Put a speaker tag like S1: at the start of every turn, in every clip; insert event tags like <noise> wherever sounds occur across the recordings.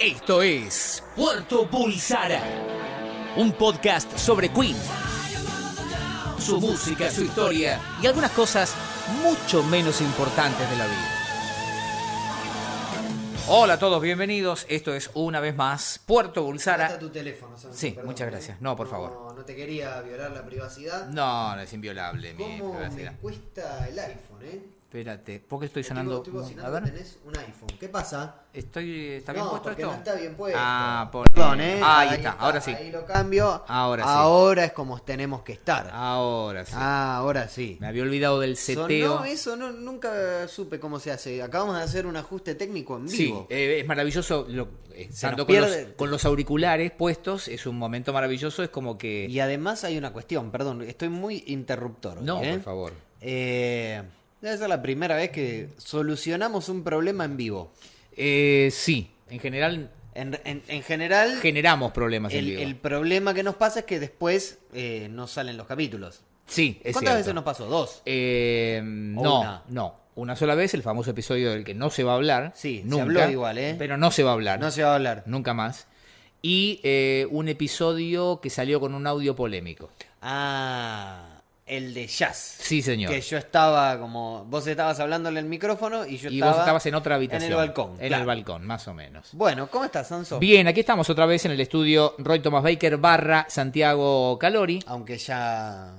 S1: Esto es Puerto Bulsara, un podcast sobre Queen, su música, su historia y algunas cosas mucho menos importantes de la vida. Hola a todos, bienvenidos. Esto es una vez más Puerto
S2: Está
S1: Bulsara.
S2: tu teléfono, Santi,
S1: Sí,
S2: perdón. ¿eh?
S1: muchas gracias. No, por favor.
S2: No, no te quería violar la privacidad.
S1: No, no es inviolable mi
S2: ¿Cómo
S1: privacidad.
S2: me cuesta el iPhone, eh?
S1: Espérate, ¿por qué estoy
S2: Estoy-
S1: sonando?
S2: Estoy
S1: A
S2: cocinando
S1: ver,
S2: tenés un iPhone. ¿Qué pasa?
S1: estoy, ¿está bien
S2: no,
S1: puesto
S2: porque
S1: esto?
S2: no está bien puesto.
S1: Ah, por-
S2: Perdón, eh.
S1: Ah, ahí está, ahora sí.
S2: Ahí lo cambio.
S1: Ahora sí.
S2: Ahora es como tenemos que estar. Ah,
S1: Ahora sí.
S2: ahora sí.
S1: Me había olvidado del seteo.
S2: No, eso no, nunca supe cómo se hace. Acabamos de hacer un ajuste técnico en
S1: Sí,
S2: vivo.
S1: eh, es maravilloso. Lo, eh, estando
S2: nos
S1: con los,
S2: pierde.
S1: con los auriculares puestos, es un momento maravilloso. Es como que.
S2: Y además hay una cuestión, perdón, estoy muy interruptor. hoy,
S1: no,
S2: ¿eh?
S1: por favor.
S2: Eh, debe ser la primera vez que solucionamos un problema en vivo.
S1: Eh, sí, en general
S2: En, en- en general,
S1: generamos problemas en
S2: el,
S1: vivo.
S2: el problema que nos pasa es que después eh, no salen los capítulos.
S1: Sí, es
S2: ¿Cuántas
S1: cierto.
S2: veces nos pasó? Dos.
S1: Eh, no,
S2: una?
S1: no. Una sola vez, el famoso episodio del que no se va a hablar.
S2: Sí, se
S1: nunca,
S2: habló igual, ¿eh?
S1: Pero no se va a hablar.
S2: No se va a hablar.
S1: Nunca más. Y eh, un episodio que salió con un audio polémico.
S2: Ah, el de jazz.
S1: Sí, señor.
S2: Que yo estaba como. Vos estabas hablándole al micrófono y yo
S1: y
S2: estaba.
S1: vos estabas en otra habitación.
S2: En el balcón.
S1: En
S2: claro.
S1: el balcón, más o menos.
S2: Bueno, ¿cómo estás, Sanso?
S1: Bien, aquí estamos otra vez en el estudio Roy Thomas Baker barra Santiago Calori.
S2: Aunque ya.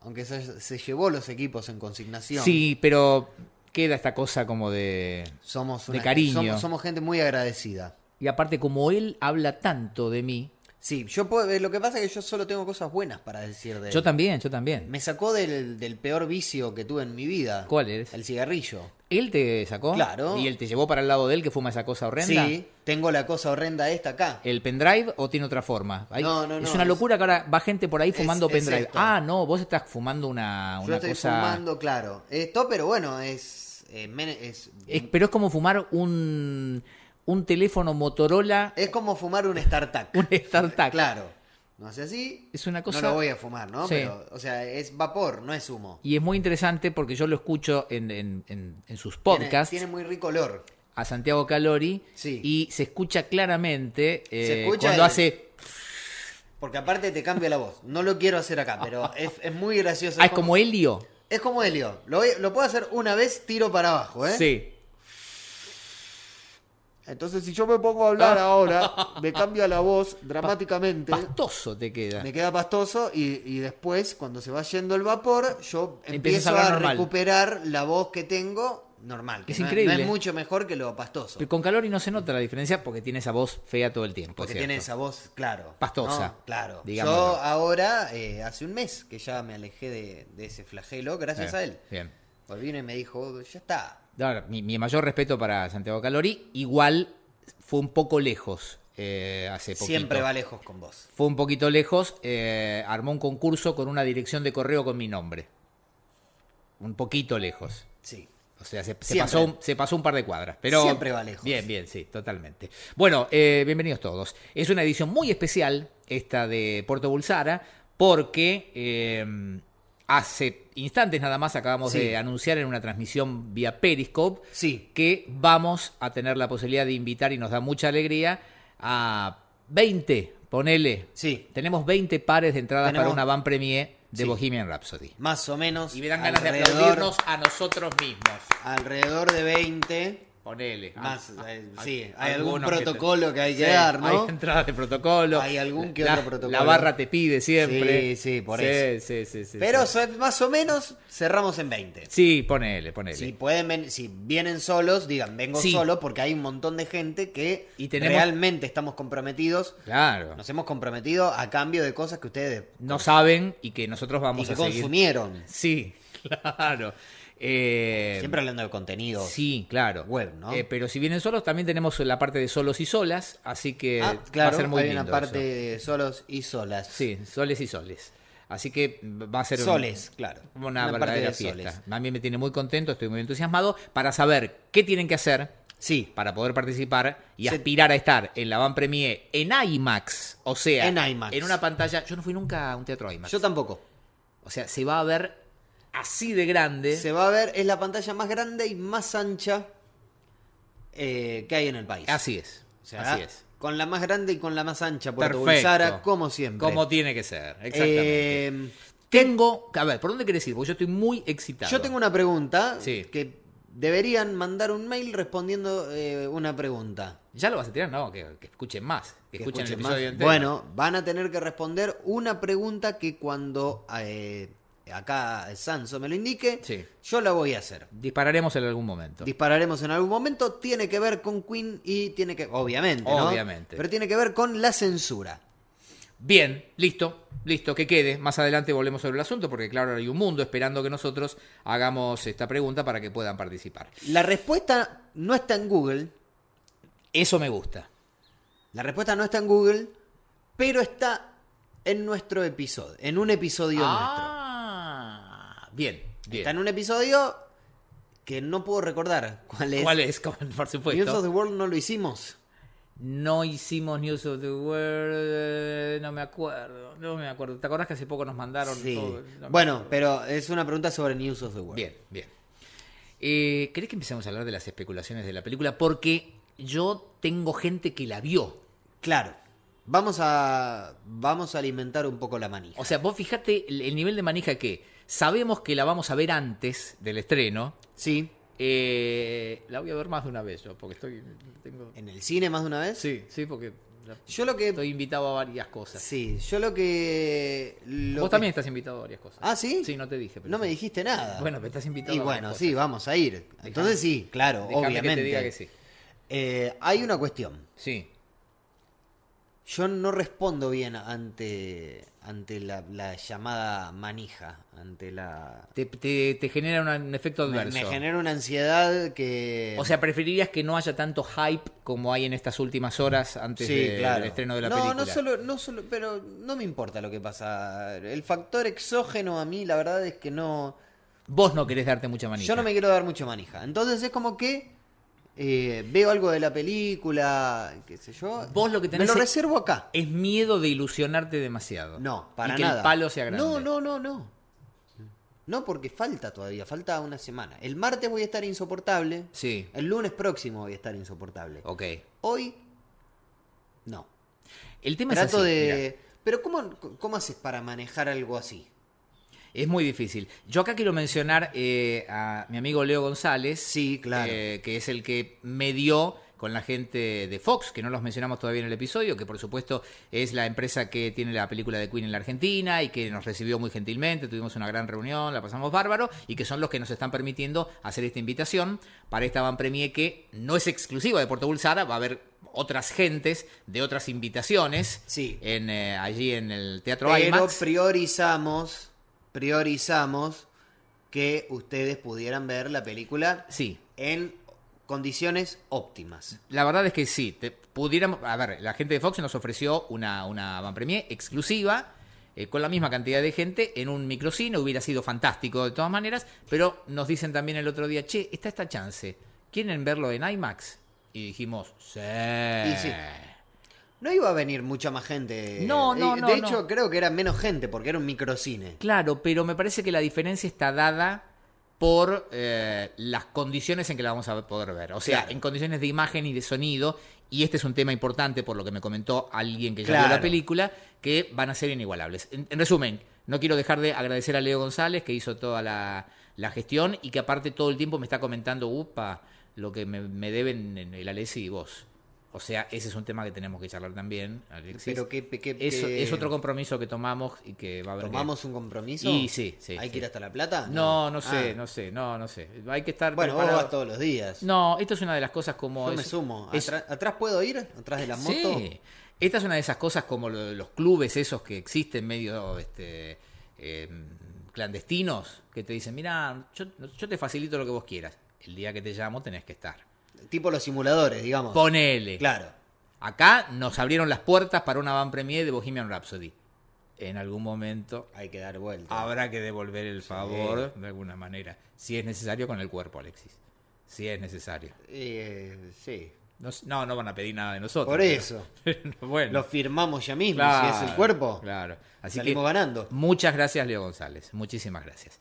S2: Aunque se, se llevó los equipos en consignación.
S1: Sí, pero queda esta cosa como de...
S2: Somos
S1: De
S2: una-
S1: cariño.
S2: Somos, somos gente muy agradecida.
S1: Y aparte, como él habla tanto de mí,
S2: Sí, yo puedo, eh, lo que pasa es que yo solo tengo cosas buenas para decir de él.
S1: yo también, yo también.
S2: Me sacó del, del peor vicio que tuve en mi vida.
S1: ¿Cuál es?
S2: El cigarrillo.
S1: Él te sacó.
S2: Claro.
S1: Y él te llevó para el lado de él que fuma esa cosa horrenda.
S2: Sí, tengo la cosa horrenda esta acá.
S1: ¿El pendrive o tiene otra forma? Hay-
S2: No, no,
S1: es
S2: no,
S1: una
S2: es-
S1: locura que ahora va gente por ahí
S2: es-
S1: fumando
S2: es
S1: pendrive.
S2: esto.
S1: ah, no, vos estás fumando una,
S2: yo
S1: una
S2: estoy
S1: cosa.
S2: fumando, claro. Esto, pero bueno, es... eh, men- es,
S1: Es- pero es como fumar un, un teléfono Motorola,
S2: es como fumar un
S1: <laughs>
S2: StarTac.
S1: un StarTAC.
S2: Claro. No sé así.
S1: Es una cosa-
S2: No lo voy a fumar, ¿no?
S1: Sí.
S2: Pero, o sea, es vapor, no es humo.
S1: Y es muy interesante porque yo lo escucho en, en- en- en sus
S2: Tiene-
S1: podcasts
S2: Tiene, muy rico olor.
S1: a Santiago Calori
S2: Sí.
S1: y se escucha claramente eh,
S2: Se escucha
S1: cuando
S2: el-
S1: hace...
S2: Porque aparte te cambia la voz. No lo quiero hacer acá, pero
S1: <laughs>
S2: es, es muy gracioso.
S1: Ah, es como helio.
S2: Es como Helio. Lo, voy- lo puedo hacer una vez, tiro para abajo, ¿eh?
S1: Sí.
S2: Entonces, si yo me pongo a hablar
S1: Ah.
S2: ahora,
S1: <laughs>
S2: me cambia la voz dramáticamente.
S1: Pastoso te queda.
S2: Me queda pastoso y, y después, cuando se va yendo el vapor, yo
S1: Empiezas a
S2: empiezo
S1: hablar
S2: a,
S1: normal.
S2: recuperar la voz que tengo normal. que
S1: Es
S2: no No
S1: increíble.
S2: es mucho mejor que lo pastoso.
S1: Pero con Calori no se nota la diferencia porque tiene esa voz fea todo el tiempo.
S2: Porque
S1: ¿cierto?
S2: tiene esa voz, claro.
S1: Pastosa,
S2: ¿no? Claro.
S1: digámoslo.
S2: Yo ahora, eh, hace un mes que ya me alejé de, de ese flagelo, gracias
S1: Bien,
S2: a él.
S1: Eh, Bien.
S2: Pues vino y me dijo, ya está.
S1: Ahora, mi, mi mayor respeto para Santiago Calori, igual fue un poco lejos eh, hace poquito.
S2: Siempre va lejos con vos.
S1: Fue un poquito lejos, eh, armó un concurso con una dirección de correo con mi nombre. Un poquito lejos.
S2: Sí.
S1: O sea, se, se
S2: Siempre.
S1: pasó, un- se pasó un par de cuadras. Pero
S2: Siempre va lejos.
S1: Bien, bien, sí, totalmente. Bueno, eh, bienvenidos todos. Es una edición muy especial esta de Puerto Bulsara porque eh, hace instantes nada más acabamos
S2: Sí.
S1: de anunciar en una transmisión vía Periscope
S2: Sí.
S1: que vamos a tener la posibilidad de invitar y nos da mucha alegría a 20, ponele.
S2: Sí.
S1: Tenemos 20 pares de entradas para
S2: Tenemos-
S1: una van premier de
S2: Sí.
S1: Bohemian Rhapsody.
S2: Más o menos.
S1: Y me dan ganas de
S2: alrededor-
S1: aplaudirnos a nosotros mismos.
S2: Alrededor de 20.
S1: Ponele.
S2: Más,
S1: Ah,
S2: eh,
S1: ah,
S2: sí,
S1: ah,
S2: hay algún
S1: algunos te-
S2: protocolo que hay que
S1: Sí,
S2: dar, ¿no?
S1: Hay entradas de protocolo.
S2: Hay algún que
S1: La-
S2: otro protocolo.
S1: La barra te pide siempre.
S2: Sí, sí, por
S1: Sí,
S2: eso.
S1: Sí, sí, sí,
S2: Pero
S1: sí.
S2: so- más o menos cerramos en 20.
S1: Sí, ponele, ponele.
S2: Si pueden ven- si vienen solos, digan, vengo
S1: Sí.
S2: solo, porque hay un montón de gente que
S1: Y tenemos-
S2: realmente estamos comprometidos.
S1: Claro.
S2: Nos hemos comprometido a cambio de cosas que ustedes
S1: No saben y que nosotros vamos
S2: y que
S1: a seguir.
S2: consumieron.
S1: Sí, <laughs> claro. Eh,
S2: Siempre hablando de contenido.
S1: Sí, claro.
S2: Web, ¿no?
S1: Eh, pero si vienen solos, también tenemos la parte de solos y solas, así que
S2: Ah,
S1: va a
S2: claro,
S1: ser muy
S2: hay
S1: lindo
S2: una
S1: eso.
S2: parte de solos y solas.
S1: Sí, soles y soles. Así que va a ser un-
S2: Soles, claro.
S1: Una,
S2: parte
S1: verdadera
S2: de
S1: fiesta.
S2: soles.
S1: A mí me tiene muy contento, estoy muy entusiasmado para saber qué tienen que hacer
S2: Sí,
S1: para poder participar y
S2: Se-
S1: aspirar a estar en la Van Premier en IMAX, o sea,
S2: En IMAX.
S1: en una pantalla. Yo no fui nunca a un teatro IMAX.
S2: yo tampoco.
S1: O sea, se va a ver así de grande.
S2: Se va a ver, es la pantalla más grande y más ancha eh, que hay en el país.
S1: Así es.
S2: O sea,
S1: Así es.
S2: con la más grande y con la más ancha, Puerto
S1: Perfecto.
S2: Bulsara, como siempre.
S1: Como tiene que ser, exactamente.
S2: Eh,
S1: tengo, a ver, ¿por dónde querés ir? Porque yo estoy muy excitado.
S2: yo tengo una pregunta
S1: Sí.
S2: que deberían mandar un mail respondiendo eh, una pregunta.
S1: ¿Ya lo vas a tirar? No, que, que escuchen más. Que,
S2: Que
S1: escuchen, el
S2: escuchen más.
S1: episodio entero.
S2: Bueno, van a tener que responder una pregunta que cuando eh, acá Sanso me lo indique,
S1: Sí.
S2: yo la voy a hacer.
S1: Dispararemos en algún momento.
S2: Dispararemos en algún momento, tiene que ver con Queen y tiene que, obviamente, ¿no?
S1: Obviamente.
S2: Pero tiene que ver con la censura.
S1: Bien, listo, listo, que quede. Más adelante volvemos sobre el asunto porque claro, hay un mundo esperando que nosotros hagamos esta pregunta para que puedan participar.
S2: La respuesta no está en Google,
S1: Eso me gusta.
S2: la respuesta no está en Google, pero está en nuestro episodio, en un episodio nuestro.
S1: Ah, bien,
S2: Está en
S1: bien.
S2: un episodio que no puedo recordar cuál es.
S1: ¿Cuál es? <laughs> Como- Por
S2: News of
S1: supuesto.
S2: the World no lo hicimos.
S1: No hicimos News of the World, eh, no me acuerdo, no me acuerdo. ¿Te acordás que hace poco nos mandaron?
S2: Sí.
S1: todo? No me
S2: bueno,
S1: acuerdo.
S2: pero es una pregunta sobre News of the World.
S1: Bien, bien. Eh, ¿Querés que empecemos a hablar de las especulaciones de la película? Porque yo tengo gente que la vio.
S2: Claro. Vamos a vamos a alimentar un poco la manija.
S1: O sea, vos fijate el, el nivel de manija que sabemos que la vamos a ver antes del estreno.
S2: Sí.
S1: Eh, la voy a ver más de una vez yo, porque estoy... Tengo...
S2: En el cine más de una vez.
S1: Sí, sí, porque la-
S2: Yo lo que
S1: estoy invitado a varias cosas.
S2: Sí, yo lo que lo
S1: vos
S2: que-
S1: también estás invitado a varias cosas.
S2: Ah, ¿sí?
S1: Sí, no te dije. pero
S2: no me
S1: sí.
S2: dijiste nada.
S1: Bueno, pero estás invitado
S2: y
S1: a varias
S2: bueno,
S1: cosas.
S2: sí, vamos a ir. Entonces sí, claro,
S1: Dejame que te
S2: obviamente.
S1: diga que sí.
S2: Eh, hay una cuestión.
S1: Sí.
S2: Yo no respondo bien ante ante la, la llamada manija, ante la
S1: Te, te- te genera una- un efecto
S2: me,
S1: adverso.
S2: me genera una ansiedad que
S1: O sea, preferirías que no haya tanto hype como hay en estas últimas horas antes
S2: Sí,
S1: de-
S2: claro.
S1: del estreno de la
S2: no,
S1: película.
S2: No, solo, no solo, pero no me importa lo que pasa. El factor exógeno a mí, la verdad es que no.
S1: Vos no querés darte mucha manija.
S2: Yo no me quiero dar mucha manija. Entonces es como que eh, veo algo de la película, qué sé yo.
S1: Vos lo que tenés
S2: Me
S1: es-
S2: lo reservo acá.
S1: Es miedo de ilusionarte demasiado.
S2: No, para
S1: y que
S2: nada.
S1: el palo sea grande.
S2: No, no, no, no. No, porque falta todavía, falta una semana. El martes voy a estar insoportable.
S1: Sí.
S2: El lunes próximo voy a estar insoportable.
S1: Ok.
S2: Hoy, no.
S1: El tema
S2: Trato
S1: es así,
S2: de.
S1: mirá,
S2: Pero ¿cómo, ¿cómo haces para manejar algo así?
S1: es muy difícil. Yo acá quiero mencionar eh, a mi amigo Leo González.
S2: Sí, claro.
S1: eh, que es el que me dio con la gente de Fox, que no los mencionamos todavía en el episodio, que por supuesto es la empresa que tiene la película de Queen en la Argentina y que nos recibió muy gentilmente, tuvimos una gran reunión, la pasamos bárbaro, y que son los que nos están permitiendo hacer esta invitación para esta Van Premier que no es exclusiva de Puerto Bulsara, va a haber otras gentes de otras invitaciones
S2: Sí.
S1: en, eh, allí en el Teatro
S2: Pero
S1: IMAX.
S2: priorizamos, priorizamos que ustedes pudieran ver la película
S1: Sí,
S2: en condiciones óptimas.
S1: La verdad es que sí, te pudiéramos, a ver, la gente de Fox nos ofreció una, una van premier exclusiva eh, con la misma cantidad de gente en un microcine, hubiera sido fantástico de todas maneras, pero nos dicen también el otro día, che, está esta chance, ¿quieren verlo en IMAX? Y dijimos, sí.
S2: sí. No iba a venir mucha más gente.
S1: No, no,
S2: Eh,
S1: no,
S2: De hecho,
S1: no.
S2: creo que era menos gente porque era un microcine.
S1: Claro, pero me parece que la diferencia está dada por eh, las condiciones en que la vamos a poder ver. O sea,
S2: Claro.
S1: en condiciones de imagen y de sonido, y este es un tema importante por lo que me comentó alguien que ya vio la
S2: Claro.
S1: película, que van a ser inigualables. En, en resumen, no quiero dejar de agradecer a Leo González que hizo toda la, la gestión y que aparte todo el tiempo me está comentando, upa, lo que me, me deben en el Alessi y vos. O sea, ese es un tema que tenemos que charlar también, Alexis.
S2: Pero que, que-
S1: es,
S2: que-
S1: es otro compromiso que tomamos y que va a haber que-
S2: ¿Tomamos un compromiso?
S1: Y sí, sí,
S2: ¿Hay
S1: sí.
S2: que ir hasta La Plata?
S1: No, no sé,
S2: Ah.
S1: no sé, no, no sé. Hay que estar
S2: Bueno, vos
S1: preparado.
S2: vas todos los días.
S1: No, esto es una de las cosas como
S2: Yo me
S1: es-
S2: sumo.
S1: es-
S2: Atrás, atrás puedo ir? ¿Atrás de la
S1: Sí.
S2: moto?
S1: Esta es una de esas cosas como lo de los clubes esos que existen medio este eh, clandestinos que te dicen, "Mira, yo, yo te facilito lo que vos quieras. El día que te llamo tenés que estar."
S2: Tipo los simuladores, digamos.
S1: Ponele.
S2: Claro.
S1: Acá nos abrieron las puertas para una van premier de Bohemian Rhapsody. En algún momento
S2: Hay que dar vuelta.
S1: Habrá que devolver el favor de alguna manera. Si es necesario con el cuerpo, Alexis. Si es necesario.
S2: Eh, sí.
S1: No, s- no, no van a pedir nada de nosotros.
S2: Por
S1: pero-
S2: eso.
S1: <laughs> pero bueno.
S2: Lo firmamos ya mismo,
S1: Claro,
S2: si es el cuerpo.
S1: Claro. Así que
S2: Salimos ganando.
S1: muchas gracias, Leo González. Muchísimas gracias.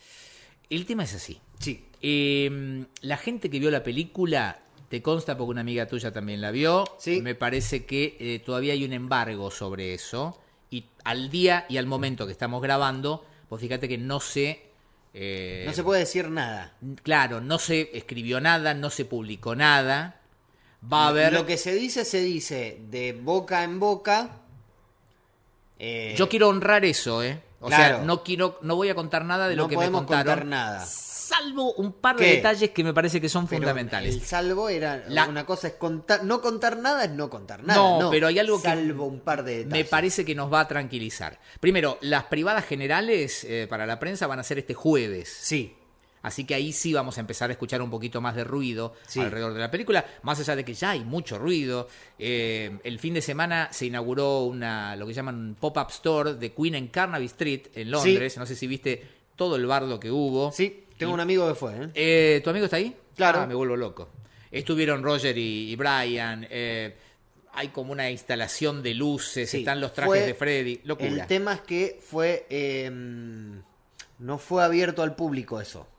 S1: El tema es así. Em,
S2: Sí.
S1: Eh, la gente que vio la película Te consta porque una amiga tuya también la vio.
S2: Sí.
S1: Me parece que eh, todavía hay un embargo sobre eso. Y al día y al momento que estamos grabando, pues fíjate que no se... eh,
S2: No se puede decir nada.
S1: Claro, no se escribió nada, no se publicó nada. Va a haber...
S2: Lo que se dice, se dice de boca en boca. eh,
S1: Yo quiero honrar eso, ¿eh? O
S2: Claro.
S1: sea, no quiero, no voy a contar nada de
S2: no
S1: lo que me
S2: podemos
S1: contaron.
S2: contar nada.
S1: Salvo un par
S2: ¿Qué?
S1: de detalles que me parece que son
S2: Pero
S1: fundamentales.
S2: El salvo era.
S1: La-
S2: Una cosa es contar. No contar nada es no contar nada. No,
S1: No, pero hay algo que-
S2: Salvo un par de
S1: Me
S2: detalles.
S1: parece que nos va a tranquilizar. Primero, las privadas generales eh, para la prensa van a ser este jueves.
S2: Sí.
S1: Así que ahí sí vamos a empezar a escuchar un poquito más de ruido
S2: Sí.
S1: alrededor de la película, más allá de que ya hay mucho ruido. Eh, el fin de semana se inauguró una lo que llaman un pop-up store de Queen en Carnaby Street en Londres. No sé si viste todo el bardo que hubo.
S2: Sí, tengo un amigo que fue, ¿eh?
S1: Eh, ¿Tu amigo está ahí?
S2: Claro.
S1: Ah, me vuelvo loco. Estuvieron Roger y, y Brian. eh, hay como una instalación de luces.
S2: Sí,
S1: están los trajes
S2: fue
S1: de Freddy. Locura.
S2: El tema es que fue. eh, no fue abierto al público eso.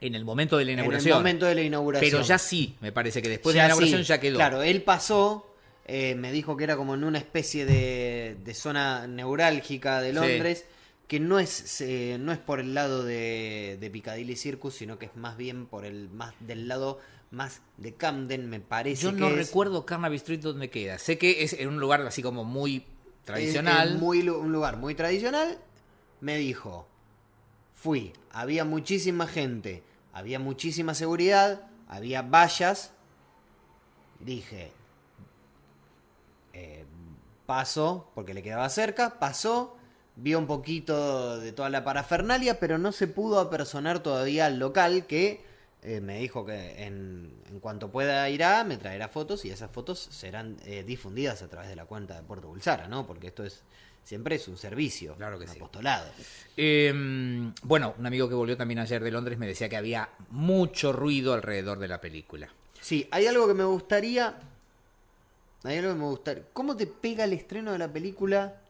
S1: en el momento de la
S2: En el
S1: inauguración.
S2: momento de la inauguración.
S1: Pero ya sí, me parece que después de
S2: Ya
S1: la inauguración
S2: sí,
S1: ya quedó.
S2: Claro, él pasó, eh, me dijo que era como en una especie de, de zona neurálgica de
S1: Sí.
S2: Londres, que no es eh, no es por el lado de, de Piccadilly Circus, sino que es más bien por el más del lado más de Camden, me parece.
S1: Yo
S2: que
S1: no
S2: es.
S1: recuerdo Carnaby Street dónde queda. Sé que es en un lugar así como muy
S2: Es-
S1: tradicional.
S2: es muy lu- un lugar muy tradicional. Me dijo, fui, había muchísima gente, había muchísima seguridad, había vallas. Dije, eh, pasó, porque le quedaba cerca, pasó, vio un poquito de toda la parafernalia, pero no se pudo apersonar todavía al local que eh, me dijo que en, en cuanto pueda irá, me traerá fotos y esas fotos serán eh, difundidas a través de la cuenta de Puerto Bulsara, ¿no? Porque esto es siempre es un servicio,
S1: Claro que
S2: un
S1: sí.
S2: apostolado.
S1: Eh, bueno, un amigo que volvió también ayer de Londres me decía que había mucho ruido alrededor de la película.
S2: Sí, hay algo que me gustaría. Hay algo que me gustaría. ¿Cómo te pega el estreno de la película?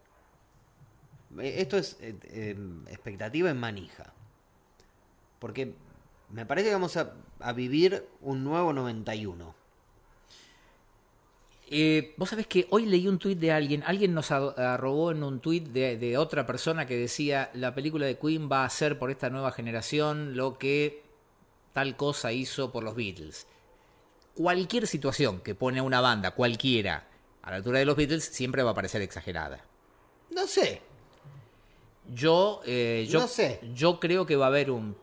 S2: Eh, Esto es eh, eh, expectativa en manija. Porque me parece que vamos a, a vivir un nuevo 91.
S1: Eh, Vos sabés que hoy leí un tuit de alguien, alguien nos a- arrobó en un tuit de, de otra persona que decía, la película de Queen va a ser por esta nueva generación lo que tal cosa hizo por los Beatles. Cualquier situación que pone a una banda, cualquiera, a la altura de los Beatles, siempre va a parecer exagerada.
S2: No sé.
S1: Yo, eh, yo,
S2: No sé.
S1: yo creo que va a haber un...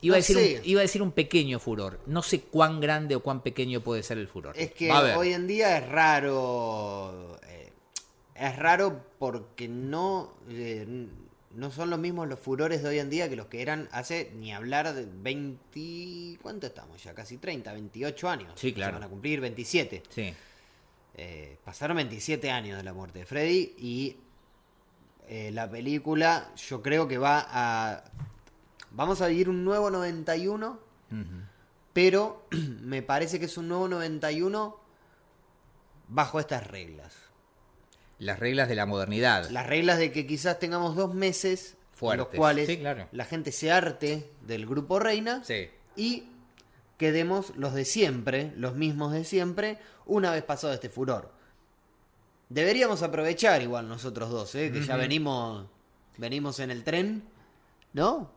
S1: Iba,
S2: No
S1: a decir
S2: sé.
S1: un, iba a decir un pequeño furor. No sé cuán grande o cuán pequeño puede ser el furor.
S2: Es que
S1: Va a haber.
S2: hoy en día es raro. eh, es raro porque no. eh, no son los mismos los furores de hoy en día que los que eran hace ni hablar de 20. ¿Cuánto estamos ya? Casi 30, 28 años.
S1: Sí, claro.
S2: Se van a cumplir 27.
S1: Sí.
S2: Eh, pasaron 27 años de la muerte de Freddy y eh, la película yo creo que va a... Vamos a vivir un nuevo 91, pero <clears throat> me parece que es un nuevo 91 bajo estas reglas.
S1: Las reglas de la modernidad.
S2: Las reglas de que quizás tengamos dos meses en los
S1: Fuertes.
S2: cuales
S1: Sí, claro.
S2: la gente se harte del grupo Reina
S1: Sí.
S2: y quedemos los de siempre, los mismos de siempre, una vez pasado este furor. Deberíamos aprovechar igual nosotros dos, ¿eh? que ya venimos, venimos en el tren, ¿no?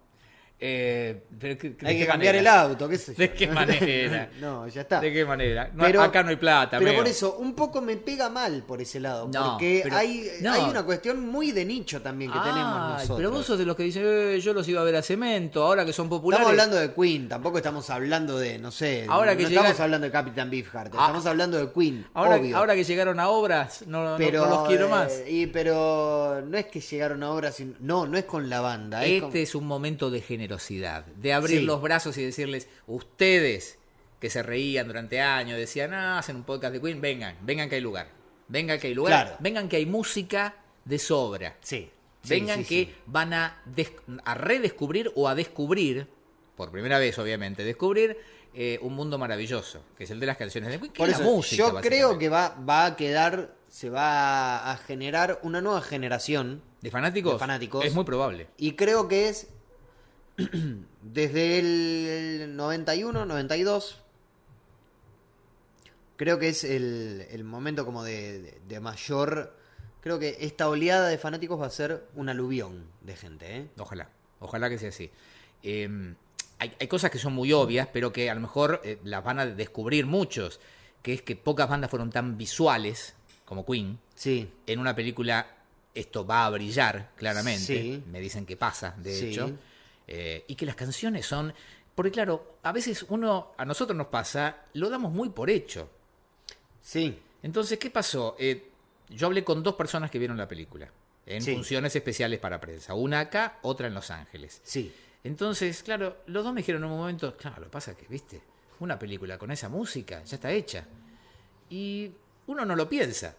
S1: Eh, pero que- que-
S2: Hay
S1: ¿de
S2: que
S1: qué
S2: cambiar
S1: manera?
S2: el auto, qué sé yo.
S1: ¿De qué manera?
S2: <laughs> no, ya está.
S1: ¿De qué manera? No,
S2: Pero-
S1: acá no hay plata.
S2: Pero
S1: amigo.
S2: por eso, un poco me pega mal por ese lado,
S1: No,
S2: porque
S1: pero-
S2: hay,
S1: no.
S2: hay una cuestión muy de nicho también que tenemos
S1: Ah,
S2: nosotros.
S1: Pero vos sos de los que dicen, "Eh, yo los iba a ver a cemento, ahora que son populares.
S2: Estamos hablando de Queen, tampoco estamos hablando de, no sé,
S1: Ahora que
S2: no
S1: llega-
S2: estamos hablando de Capitán Beefheart,
S1: Ah.
S2: estamos hablando de Queen,
S1: ahora,
S2: obvio.
S1: ahora que llegaron a obras, no, no-
S2: pero,
S1: no los quiero más.
S2: eh, y, pero no es que llegaron ahora, sin... no, no es con la banda. es
S1: este
S2: con-
S1: es un momento de generosidad, de abrir
S2: Sí.
S1: los brazos y decirles, ustedes que se reían durante años, decían, ah, hacen un podcast de Queen, vengan, vengan que hay lugar, vengan que hay lugar,
S2: Claro.
S1: vengan que hay música de sobra.
S2: Sí. sí,
S1: Vengan
S2: sí,
S1: que
S2: sí.
S1: van a, des- a redescubrir o a descubrir, por primera vez obviamente, descubrir eh, un mundo maravilloso, que es el de las canciones de Queen, que
S2: Por
S1: es la
S2: eso,
S1: música.
S2: yo creo
S1: básicamente.
S2: que va, va a quedar, se va a generar una nueva generación
S1: ¿De fanáticos?
S2: de fanáticos-
S1: Es muy probable.
S2: y creo que es <clears throat> desde el 91, 92, creo que es el, el momento como de, de- de mayor... Creo que esta oleada de fanáticos va a ser un aluvión de gente, ¿eh?
S1: Ojalá, ojalá que sea así. Eh, hay, hay cosas que son muy obvias, pero que a lo mejor eh, las van a descubrir muchos, que es que pocas bandas fueron tan visuales como Queen.
S2: Sí,
S1: En una película esto va a brillar, claramente.
S2: Sí.
S1: Me dicen que pasa, de
S2: Sí.
S1: hecho. Eh, y que las canciones son... Porque claro, a veces uno, a nosotros nos pasa, lo damos muy por hecho.
S2: sí,
S1: Entonces, ¿qué pasó? Eh, yo hablé con dos personas que vieron la película, en
S2: Sí.
S1: funciones especiales para prensa. Una acá, otra en Los Ángeles.
S2: sí.
S1: Entonces, claro, los dos me dijeron en un momento, claro, lo que pasa es que, viste, una película con esa música ya está hecha. Y uno no lo piensa.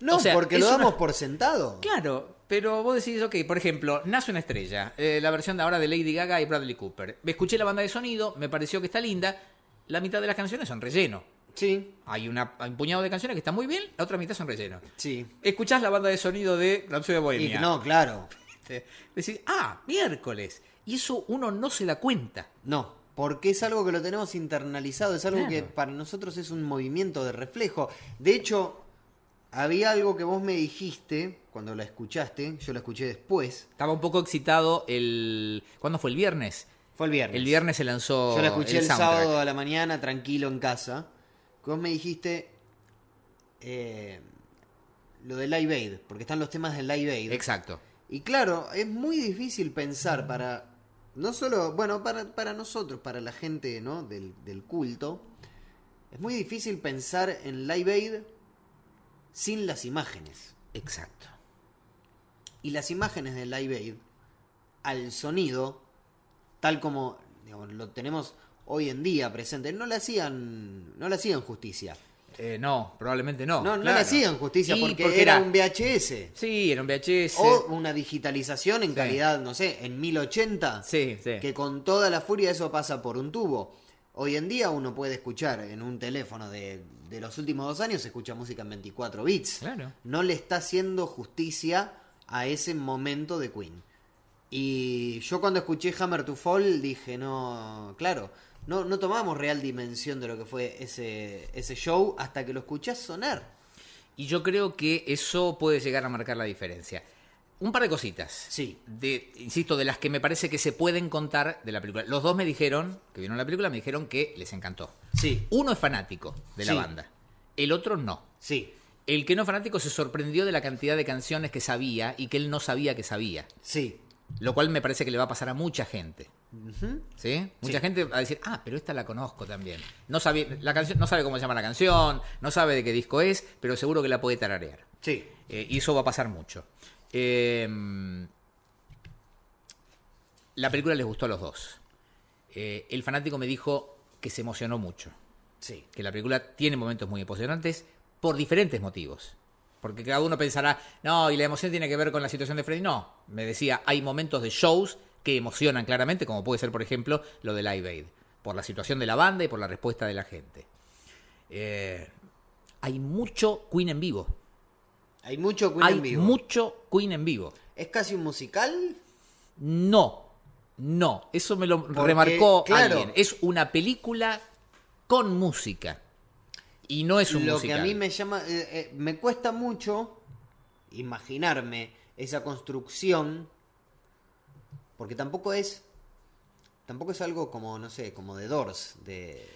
S2: No,
S1: O sea,
S2: porque
S1: es
S2: lo
S1: una-
S2: damos por sentado.
S1: Claro, pero vos decís, ok, por ejemplo, Nace una estrella, eh, la versión de ahora de Lady Gaga y Bradley Cooper. Me escuché la banda de sonido, me pareció que está linda, la mitad de las canciones son relleno.
S2: Sí,
S1: Hay, una, hay un puñado de canciones que están muy bien, la otra mitad son relleno.
S2: sí.
S1: Escuchás la banda de sonido de Rhapsody de
S2: Y
S1: Bohemia.
S2: no, claro.
S1: Este, Decís, ah, miércoles. Y eso uno no se da cuenta.
S2: No, porque es algo que lo tenemos internalizado, es algo que
S1: Claro.
S2: para nosotros es un movimiento de reflejo. De hecho, había algo que vos me dijiste cuando la escuchaste, yo la escuché después.
S1: Estaba un poco excitado el. ¿Cuándo fue el viernes?
S2: Fue el viernes.
S1: El viernes se lanzó.
S2: Yo la escuché el,
S1: soundtrack.
S2: sábado a la mañana, tranquilo en casa. Que vos me dijiste eh, lo de Live Aid, porque están los temas del Live Aid.
S1: Exacto.
S2: Y claro, es muy difícil pensar para. No solo. Bueno, para, para nosotros, para la gente, ¿no? Del, del culto. Es muy difícil pensar en Live Aid sin las imágenes.
S1: Exacto.
S2: Y las imágenes de Live Aid al sonido, tal como digamos, lo tenemos hoy en día presente, no le hacían, no le hacían justicia.
S1: Eh, no, probablemente no.
S2: No, no
S1: claro.
S2: le hacían justicia
S1: Y
S2: porque, era, un
S1: VHS.
S2: VHS.
S1: Sí, era un VHS.
S2: O una digitalización en
S1: Sí.
S2: calidad, no sé, en 1080.
S1: Sí, sí.
S2: que con toda la furia eso pasa por un tubo. Hoy en día uno puede escuchar en un teléfono de, de los últimos dos años, se escucha música en 24 bits.
S1: Claro.
S2: No le está haciendo justicia a ese momento de Queen. Y yo cuando escuché Hammer to Fall dije, no, claro, no, no tomamos real dimensión de lo que fue ese, ese show hasta que lo escuchás sonar.
S1: Y yo creo que eso puede llegar a marcar la diferencia. Un par de cositas.
S2: Sí.
S1: De, insisto, de las que me parece que se pueden contar de la película. Los dos me dijeron, que vieron la película, me dijeron que les encantó.
S2: Sí,
S1: Uno es fanático de la
S2: Sí.
S1: banda, el otro no.
S2: sí,
S1: El que no es fanático se sorprendió de la cantidad de canciones que sabía y que él no sabía que sabía.
S2: sí,
S1: Lo cual me parece que le va a pasar a mucha gente. ¿Sí? Mucha
S2: Sí.
S1: gente va a decir, ah, pero esta la conozco también. No sabe, la canción, no sabe cómo se llama la canción, no sabe de qué disco es, pero seguro que la puede tararear.
S2: sí.
S1: Eh, y eso va a pasar mucho. Eh, la película les gustó a los dos. Eh, el fanático me dijo que se emocionó mucho
S2: Sí.
S1: que la película tiene momentos muy emocionantes por diferentes motivos. Porque cada uno pensará, no, y la emoción tiene que ver con la situación de Freddy. No, me decía, hay momentos de shows que emocionan claramente, como puede ser, por ejemplo, lo de Live Aid, por la situación de la banda y por la respuesta de la gente. Eh, hay mucho Queen en vivo.
S2: Hay mucho Queen
S1: hay
S2: en vivo.
S1: mucho Queen en vivo.
S2: ¿Es casi un musical?
S1: No, no, eso me lo
S2: Porque,
S1: remarcó
S2: claro.
S1: alguien. Es una película con música. Y no es un
S2: lo
S1: musical.
S2: que a mí me llama eh, eh, me cuesta mucho imaginarme esa construcción porque tampoco es tampoco es algo como no sé como de Doors de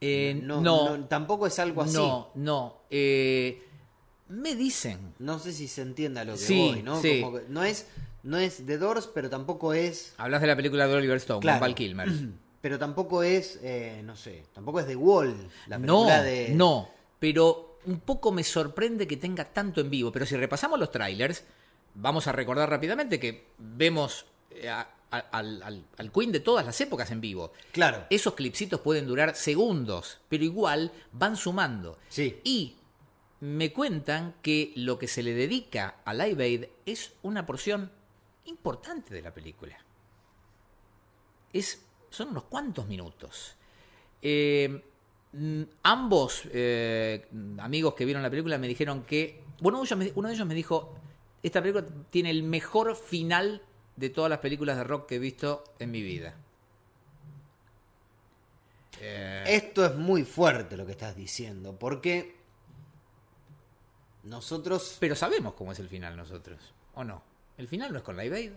S1: Eh,
S2: no,
S1: no,
S2: no, tampoco es algo así
S1: no,
S2: no,
S1: no. Eh, me dicen.
S2: sé si se entienda lo que
S1: Sí,
S2: voy no
S1: sí.
S2: Como que no es no es de Doors pero tampoco es
S1: Hablas de la película de Oliver Stone,
S2: Claro.
S1: con Val Kilmer.
S2: <clears throat> pero tampoco es eh, no sé tampoco es de Wall la
S1: No,
S2: película de
S1: no. Pero un poco me sorprende que tenga tanto en vivo. Pero si repasamos los trailers, vamos a recordar rápidamente que vemos eh, a- a- al, al- al Queen de todas las épocas en vivo.
S2: claro
S1: Esos clipsitos pueden durar segundos, pero igual van sumando.
S2: Sí.
S1: Y me cuentan que lo que se le dedica a Live Aid es una porción importante de la película. Es, son unos cuantos minutos. Eh, mm, ambos eh, amigos que vieron la película me dijeron que. Bueno, uno de ellos me- uno de ellos me dijo: Esta película tiene el mejor final de todas las películas de rock que he visto en mi vida. Eh,
S2: Esto es muy fuerte lo que estás diciendo, porque nosotros,
S1: Pero sabemos cómo es el final nosotros, ¿o no? El final no es con Live Aid.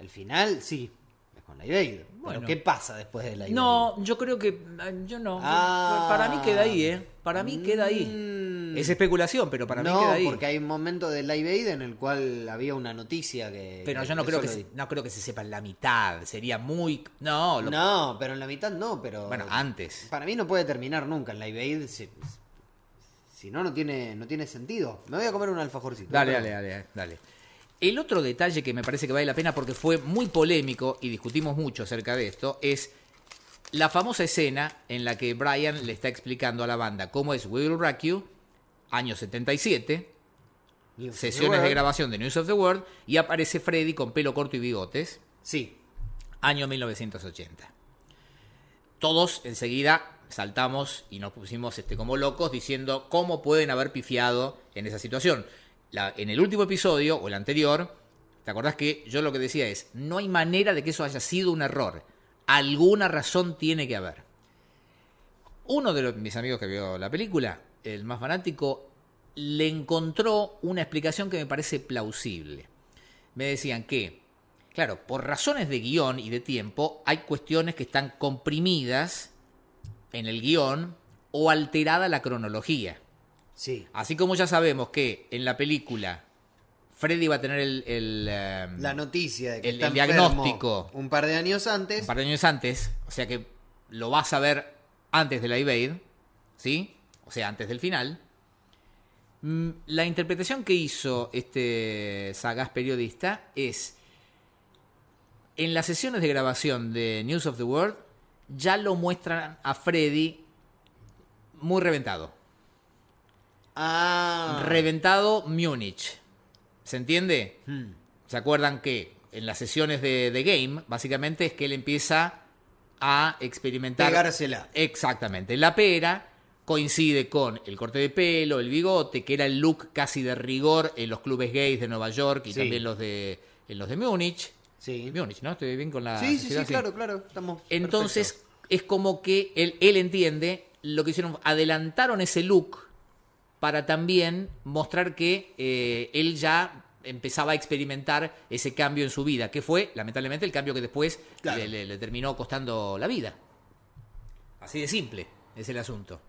S2: el final, sí, es con la idea.
S1: Bueno.
S2: Pero ¿qué pasa después de la idea?
S1: No, yo creo que... Yo no.
S2: Ah.
S1: Para mí queda ahí, ¿eh? Para mí queda ahí.
S2: Mm.
S1: Es especulación, pero para
S2: no,
S1: mí queda ahí.
S2: porque hay un momento de Live Aid en el cual había una noticia que...
S1: Pero
S2: que
S1: yo no creo, que
S2: solo-
S1: se, no creo que se sepa la mitad. Sería muy... No, lo-
S2: No, pero en la mitad no, pero...
S1: bueno, antes.
S2: Para mí no puede terminar nunca en Live Aid. Si, si no, no tiene, no tiene sentido. Me voy a comer un alfajorcito.
S1: Dale,
S2: Pero-
S1: dale, dale, dale. El otro detalle que me parece que vale la pena porque fue muy polémico y discutimos mucho acerca de esto es la famosa escena en la que Brian le está explicando a la banda cómo es We Will Rock You, año 77,
S2: News of the
S1: sesiones de
S2: World.
S1: grabación de News of the World y aparece Freddy con pelo corto y bigotes,
S2: Sí.
S1: año 1980. Todos enseguida saltamos y nos pusimos este, como locos diciendo cómo pueden haber pifiado en esa situación. La- en el último episodio o el anterior, ¿te acordás que yo lo que decía es, no hay manera de que eso haya sido un error? Alguna razón tiene que haber. Uno de los- mis amigos que vio la película, el más fanático, le encontró una explicación que me parece plausible. Me decían que, claro, por razones de guión y de tiempo, hay cuestiones que están comprimidas en el guión o alterada la cronología.
S2: Sí.
S1: Así como ya sabemos que en la película Freddy va a tener el... el, eh,
S2: La noticia de que
S1: El-
S2: está
S1: el
S2: enfermo
S1: diagnóstico.
S2: un par de años antes.
S1: un par de años antes, o sea que lo vas a ver antes de la Evade, ¿sí? O sea, antes del final. Mm, La interpretación que hizo este sagaz periodista es, en las sesiones de grabación de News of the World, ya lo muestran a Freddy muy reventado.
S2: Ah.
S1: Reventado Múnich. ¿Se entiende?
S2: Mm.
S1: ¿Se acuerdan que en las sesiones de, de Game, básicamente es que él empieza a experimentar.
S2: Pegársela.
S1: Exactamente. La pera coincide con el corte de pelo, el bigote, que era el look casi de rigor en los clubes gays de Nueva York y
S2: Sí.
S1: también los de, en los de Múnich.
S2: Sí.
S1: Múnich, ¿no? Estoy bien con la.
S2: Sí, sí, sí,
S1: sociedad,
S2: claro, claro. Estamos
S1: Entonces
S2: perfectos.
S1: es como que él, él entiende lo que hicieron. Adelantaron ese look para también mostrar que eh, él ya empezaba a experimentar ese cambio en su vida, que fue lamentablemente el cambio que después
S2: Claro.
S1: le, le- le terminó costando la vida. Así de simple es el asunto.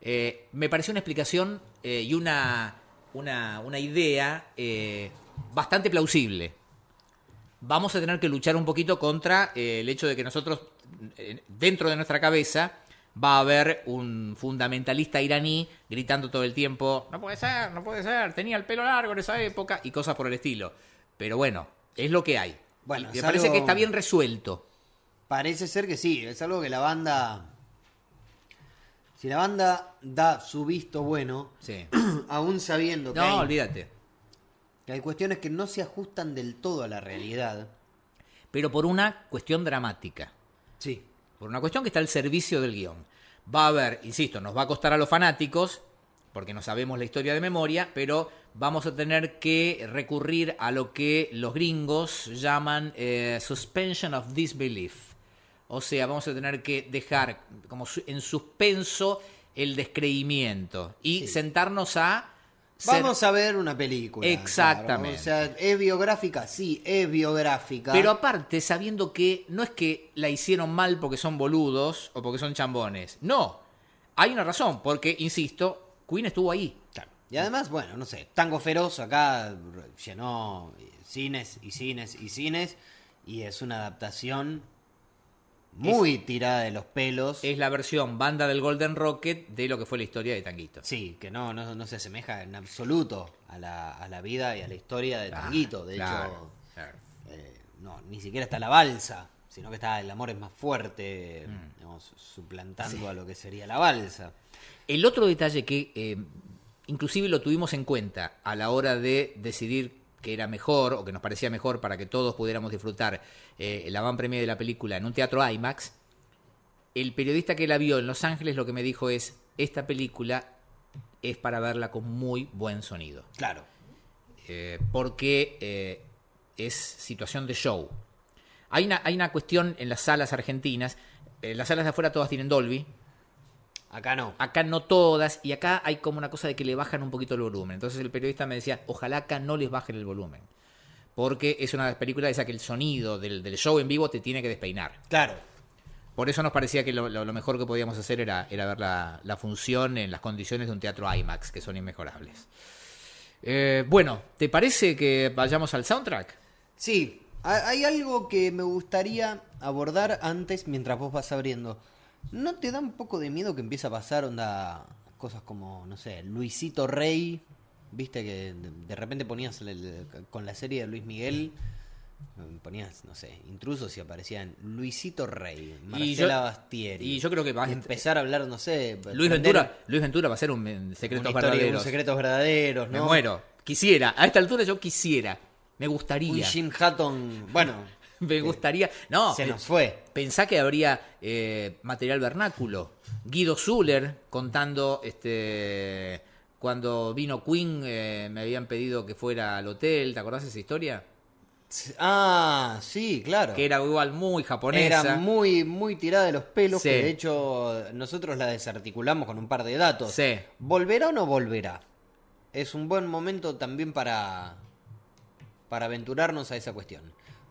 S1: Eh, me pareció una explicación eh, y una, una, una idea eh, bastante plausible vamos a tener que luchar un poquito contra eh, el hecho de que nosotros, eh, dentro de nuestra cabeza, va a haber un fundamentalista iraní gritando todo el tiempo, no puede ser, no puede ser, tenía el pelo largo en esa época y cosas por el estilo. Pero bueno, es lo que hay.
S2: Bueno,
S1: Y me
S2: es
S1: parece
S2: algo-
S1: que está bien resuelto.
S2: Parece ser que sí. Es algo que la banda. Si la banda da su visto bueno, <clears throat>
S1: Sí.
S2: aún sabiendo que,
S1: No,
S2: hay,
S1: olvídate.
S2: que hay cuestiones que no se ajustan del todo a la realidad.
S1: Pero por una cuestión dramática.
S2: Sí.
S1: Por una cuestión que está al servicio del guión. Va a haber, insisto, nos va a costar a los fanáticos, porque no sabemos la historia de memoria, pero vamos a tener que recurrir a lo que los gringos llaman eh, suspension of disbelief. O sea, vamos a tener que dejar como su- en suspenso el descreimiento y
S2: Sí.
S1: sentarnos a... ser-
S2: Vamos a ver una película.
S1: Exactamente.
S2: claro. O sea, ¿es biográfica? Sí, es biográfica.
S1: Pero aparte, sabiendo que no es que la hicieron mal porque son boludos o porque son chambones. No. Hay una razón, porque, insisto, Queen estuvo ahí.
S2: Y además, bueno, no sé, Tango Feroz acá re- llenó cines y cines y cines y es una adaptación muy tirada de los pelos.
S1: Es la versión banda del Golden Rocket de lo que fue la historia de Tanguito.
S2: Sí, que no, no, no se asemeja en absoluto a la, a la vida y a la historia de
S1: Ah,
S2: Tanguito. De
S1: claro, claro.
S2: hecho, eh, no, ni siquiera está la balsa, sino que está el amor es más fuerte,
S1: Mm.
S2: digamos, suplantando a lo que sería la balsa.
S1: El otro detalle que eh, inclusive lo tuvimos en cuenta a la hora de decidir que era mejor o que nos parecía mejor para que todos pudiéramos disfrutar eh, la van premia de la película en un teatro IMAX, el periodista que la vio en Los Ángeles lo que me dijo es, esta película es para verla con muy buen sonido.
S2: Claro.
S1: Eh, porque eh, es situación de show. Hay una, hay una cuestión en las salas argentinas, eh, las salas de afuera todas tienen Dolby,
S2: Acá no.
S1: acá no todas, y acá hay como una cosa de que le bajan un poquito el volumen. Entonces el periodista me decía, ojalá acá no les bajen el volumen, porque es una película esa que el sonido del, del show en vivo te tiene que despeinar.
S2: Claro.
S1: Por eso nos parecía que lo, lo- lo mejor que podíamos hacer era, era ver la, la función en las condiciones de un teatro IMAX, que son inmejorables. Eh, bueno, ¿te parece que vayamos al soundtrack?
S2: Sí, ha- hay algo que me gustaría abordar antes mientras vos vas abriendo. ¿No te da un poco de miedo que empiece a pasar onda cosas como, no sé, Luisito Rey? Viste que de- de repente ponías el- el- con la serie de Luis Miguel, mm, ponías, no sé, intrusos y aparecían Luisito Rey, Marcela
S1: yo-
S2: Bastieri.
S1: y yo creo que va-
S2: Y empezar a hablar, no sé,
S1: Luis
S2: prender
S1: Ventura, Luis Ventura va a ser un en
S2: una
S1: secretos
S2: historia de
S1: verdaderos.
S2: un secretos verdaderos,
S1: Me
S2: ¿no?
S1: muero. Quisiera, a esta altura yo quisiera. Me
S2: Un
S1: gustaría.
S2: Jim Hatton, bueno,
S1: <laughs> Me gustaría. No,
S2: se
S1: eh,
S2: nos fue.
S1: pensá que habría eh, material vernáculo. Guido Zuller contando este cuando vino Queen eh, me habían pedido que fuera al hotel, ¿te acordás de esa historia?
S2: Ah, sí, claro.
S1: Que era igual muy japonesa.
S2: Era muy, muy tirada de los pelos,
S1: Sí.
S2: que de hecho nosotros la desarticulamos con un par de datos.
S1: Sí.
S2: ¿Volverá o no volverá? Es un buen momento también para, para aventurarnos a esa cuestión.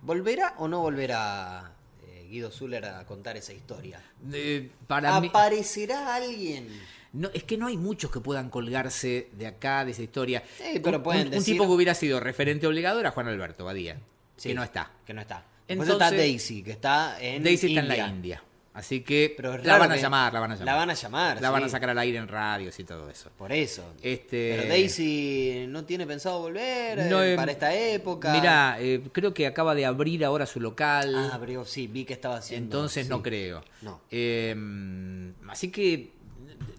S2: ¿Volverá o no volverá eh, Guido Zuller a contar esa historia?
S1: Eh, para mí-
S2: ¿Aparecerá alguien?
S1: No, es que no hay muchos que puedan colgarse de acá, de esa historia.
S2: Sí, pero
S1: un,
S2: pueden
S1: un- un
S2: decir-
S1: tipo que hubiera sido referente obligado era Juan Alberto Badía,
S2: Sí,
S1: que no está.
S2: Que no está. Después
S1: Entonces-
S2: está Daisy, que está en
S1: Daisy
S2: India.
S1: está en la India. Así que
S2: Pero es
S1: la
S2: raro
S1: van a
S2: que-
S1: llamar, la van a llamar.
S2: la van a llamar,
S1: La van a
S2: sí.
S1: sacar al aire en radios y todo eso.
S2: Por eso.
S1: Este-
S2: Pero Daisy no tiene pensado volver eh,
S1: No, eh,
S2: para esta época.
S1: Mirá, eh, creo que acaba de abrir ahora su local.
S2: Ah, abrió, sí, vi que estaba haciendo.
S1: entonces
S2: sí.
S1: no creo.
S2: No.
S1: Eh, así que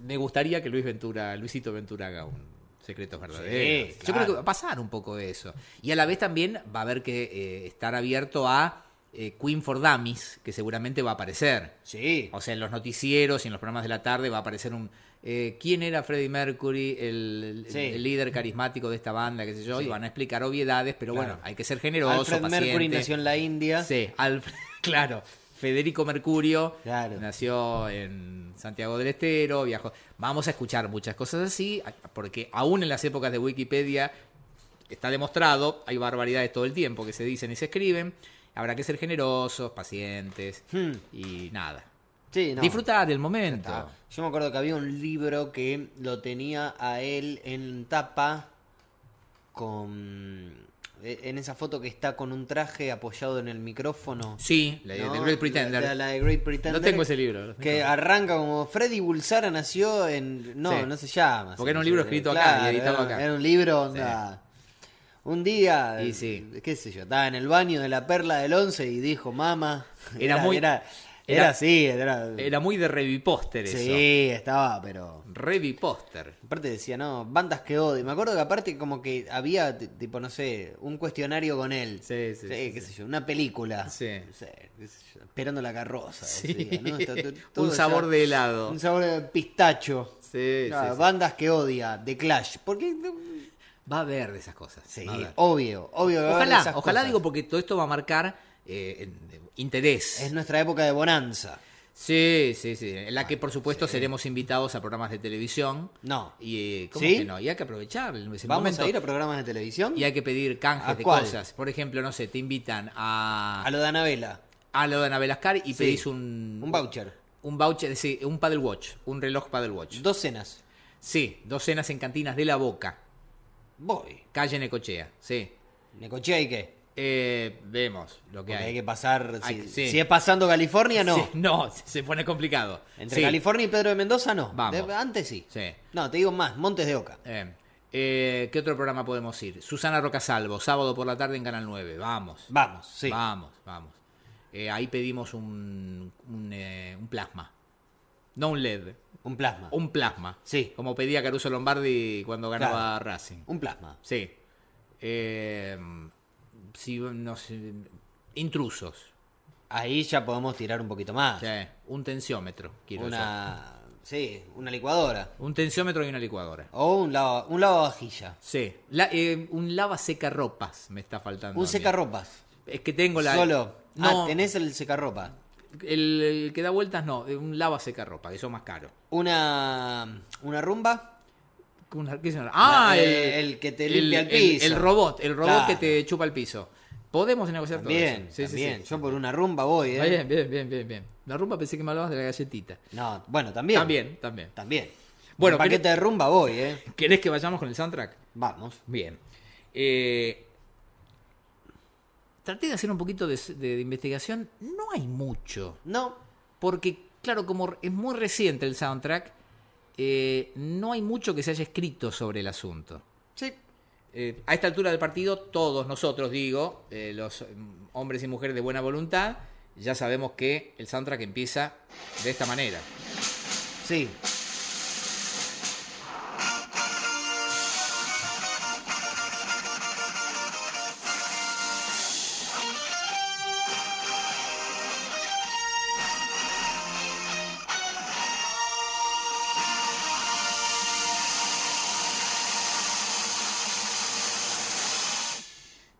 S1: me gustaría que Luis Ventura, Luisito Ventura haga un secretos verdaderos. Yo
S2: claro.
S1: creo que va a pasar un poco de eso. Y a la vez también va a haber que eh, estar abierto a eh, Queen for Dummies, que seguramente va a aparecer.
S2: Sí.
S1: O sea, en los noticieros y en los programas de la tarde va a aparecer un... eh, ¿Quién era Freddie Mercury, el, el-
S2: Sí.
S1: el líder carismático de esta banda, qué sé yo? Y van a explicar obviedades, pero
S2: Claro.
S1: bueno, hay que ser generoso,
S2: Alfred
S1: paciente.
S2: Mercury nació en la India.
S1: Sí, Alfred- <laughs> claro. Federico Mercurio
S2: Claro.
S1: nació en Santiago del Estero, viajó. Vamos a escuchar muchas cosas así, porque aún en las épocas de Wikipedia está demostrado, hay barbaridades todo el tiempo que se dicen y se escriben. Habrá que ser generosos, pacientes
S2: Hmm.
S1: y nada.
S2: Sí, no.
S1: Disfrutar del momento.
S2: Está. Yo me acuerdo que había un libro que lo tenía a él en tapa con. e- En esa foto que está con un traje apoyado en el micrófono.
S1: Sí, la de
S2: ¿no?
S1: The Great Pretender.
S2: La, la de Great
S1: No
S2: Pretender.
S1: tengo ese libro.
S2: Que arranca como Freddy Bulsara nació en. No,
S1: Sí.
S2: no se llama.
S1: Porque
S2: sí,
S1: era un libro
S2: sí,
S1: escrito
S2: claro,
S1: acá y editado
S2: era,
S1: acá.
S2: Era un libro, onda. Un día,
S1: Y sí.
S2: qué sé yo, estaba en el baño de la perla del once y dijo, mamá.
S1: Era muy-
S2: Era, era,
S1: era-
S2: así, era.
S1: Era muy de revipóster eso.
S2: sí, estaba, pero.
S1: Revipóster.
S2: Aparte decía, no, bandas que odio. Me acuerdo que aparte como que había, t- tipo, no sé, un cuestionario con él.
S1: Sí, sí, sí,
S2: qué
S1: sí.
S2: sé yo, una película.
S1: Sí.
S2: No sé, qué sé yo, esperando la carroza.
S1: Sí.
S2: decía, ¿no? Está
S1: <laughs>
S2: to-
S1: Un
S2: todo
S1: sabor
S2: ya-
S1: de helado.
S2: Un sabor de pistacho.
S1: Sí,
S2: Ah,
S1: sí, sí.
S2: Bandas que odia, de Clash. Porque,
S1: Va a haber de esas cosas.
S2: sí,
S1: va a haber.
S2: obvio, obvio. que va a haber
S1: Ojalá,
S2: esas
S1: ojalá
S2: cosas.
S1: digo, porque todo esto va a marcar eh, en- eh, interés.
S2: Es nuestra época de bonanza.
S1: Sí, sí, sí. En la que, por supuesto, seremos invitados a programas de televisión.
S2: No.
S1: Y, eh, ¿cómo
S2: ¿Sí?
S1: que no? Y hay que aprovechar el ese
S2: Vamos
S1: momento.
S2: a ir a programas de televisión.
S1: Y hay que pedir
S2: ¿A
S1: canjes de
S2: cuál?
S1: cosas. Por ejemplo, no sé, te invitan a,
S2: A lo de Anabela.
S1: a lo de Ana Velascar y pedís un...
S2: Un voucher.
S1: Un voucher, sí, un paddle watch, un reloj paddle watch.
S2: Dos cenas.
S1: Sí, dos cenas en cantinas de la boca,
S2: Voy.
S1: calle Necochea, sí.
S2: Necochea y qué.
S1: Eh, vemos lo que
S2: Porque
S1: hay.
S2: hay que pasar.
S1: Hay
S2: si,
S1: que- sí.
S2: si es pasando California, no.
S1: Sí, <laughs> no, se pone complicado.
S2: Entre
S1: Sí,
S2: California y Pedro de Mendoza, no.
S1: Vamos.
S2: De- antes sí.
S1: sí.
S2: No, te digo más, Montes de Oca.
S1: Eh, eh, ¿Qué otro programa podemos ir? Susana Rocasalvo, sábado por la tarde en Canal 9. Vamos.
S2: Vamos, sí.
S1: Vamos, vamos. Eh, ahí pedimos un, un, eh, un plasma. No un LED,
S2: Un plasma. Un,
S1: un plasma.
S2: Sí.
S1: Como pedía Caruso Lombardi cuando ganaba Racing.
S2: plasma.
S1: Sí. Eh, si, no sé, intrusos.
S2: Ahí ya podemos tirar un poquito más.
S1: Sí, un tensiómetro, quiero
S2: Ah, Una. Sí, una licuadora.
S1: Un tensiómetro y una licuadora.
S2: O un, lava, un lavavajilla.
S1: Sí. La- eh, un lava seca ropas me está faltando.
S2: Un
S1: a mí.
S2: secarropas.
S1: Es que tengo la.
S2: Solo.
S1: No,
S2: Ah, tenés el secarropa.
S1: el, el que da vueltas no. eh, Un lava seca ropa, que eso es más caro.
S2: Una, una rumba.
S1: Una- ¿qué se llama? Ah,
S2: La-
S1: el,
S2: eh, el que te limpia el piso.
S1: El, robot, el robot
S2: Claro.
S1: que te chupa el piso. Podemos negociar
S2: Bien,
S1: todo eso. Sí, sí,
S2: también.
S1: sí.
S2: Yo por una rumba voy, ¿eh?
S1: Ah, Bien, bien, bien, bien, bien. La rumba pensé que me hablabas de la galletita.
S2: No, bueno, también.
S1: También, también.
S2: También.
S1: Bueno,
S2: Bueno, paquete
S1: pero-
S2: de rumba voy, ¿eh?
S1: ¿Querés que vayamos con el soundtrack?
S2: Vamos.
S1: Bien. Eh, traté de hacer un poquito de, de investigación. No hay mucho.
S2: No,
S1: Porque, claro, como es muy reciente el soundtrack, eh, no hay mucho que se haya escrito sobre el asunto.
S2: sí.
S1: Eh, a esta altura del partido, todos nosotros, digo, eh, los mm, hombres y mujeres de buena voluntad, ya sabemos que el soundtrack empieza de esta manera.
S2: Sí.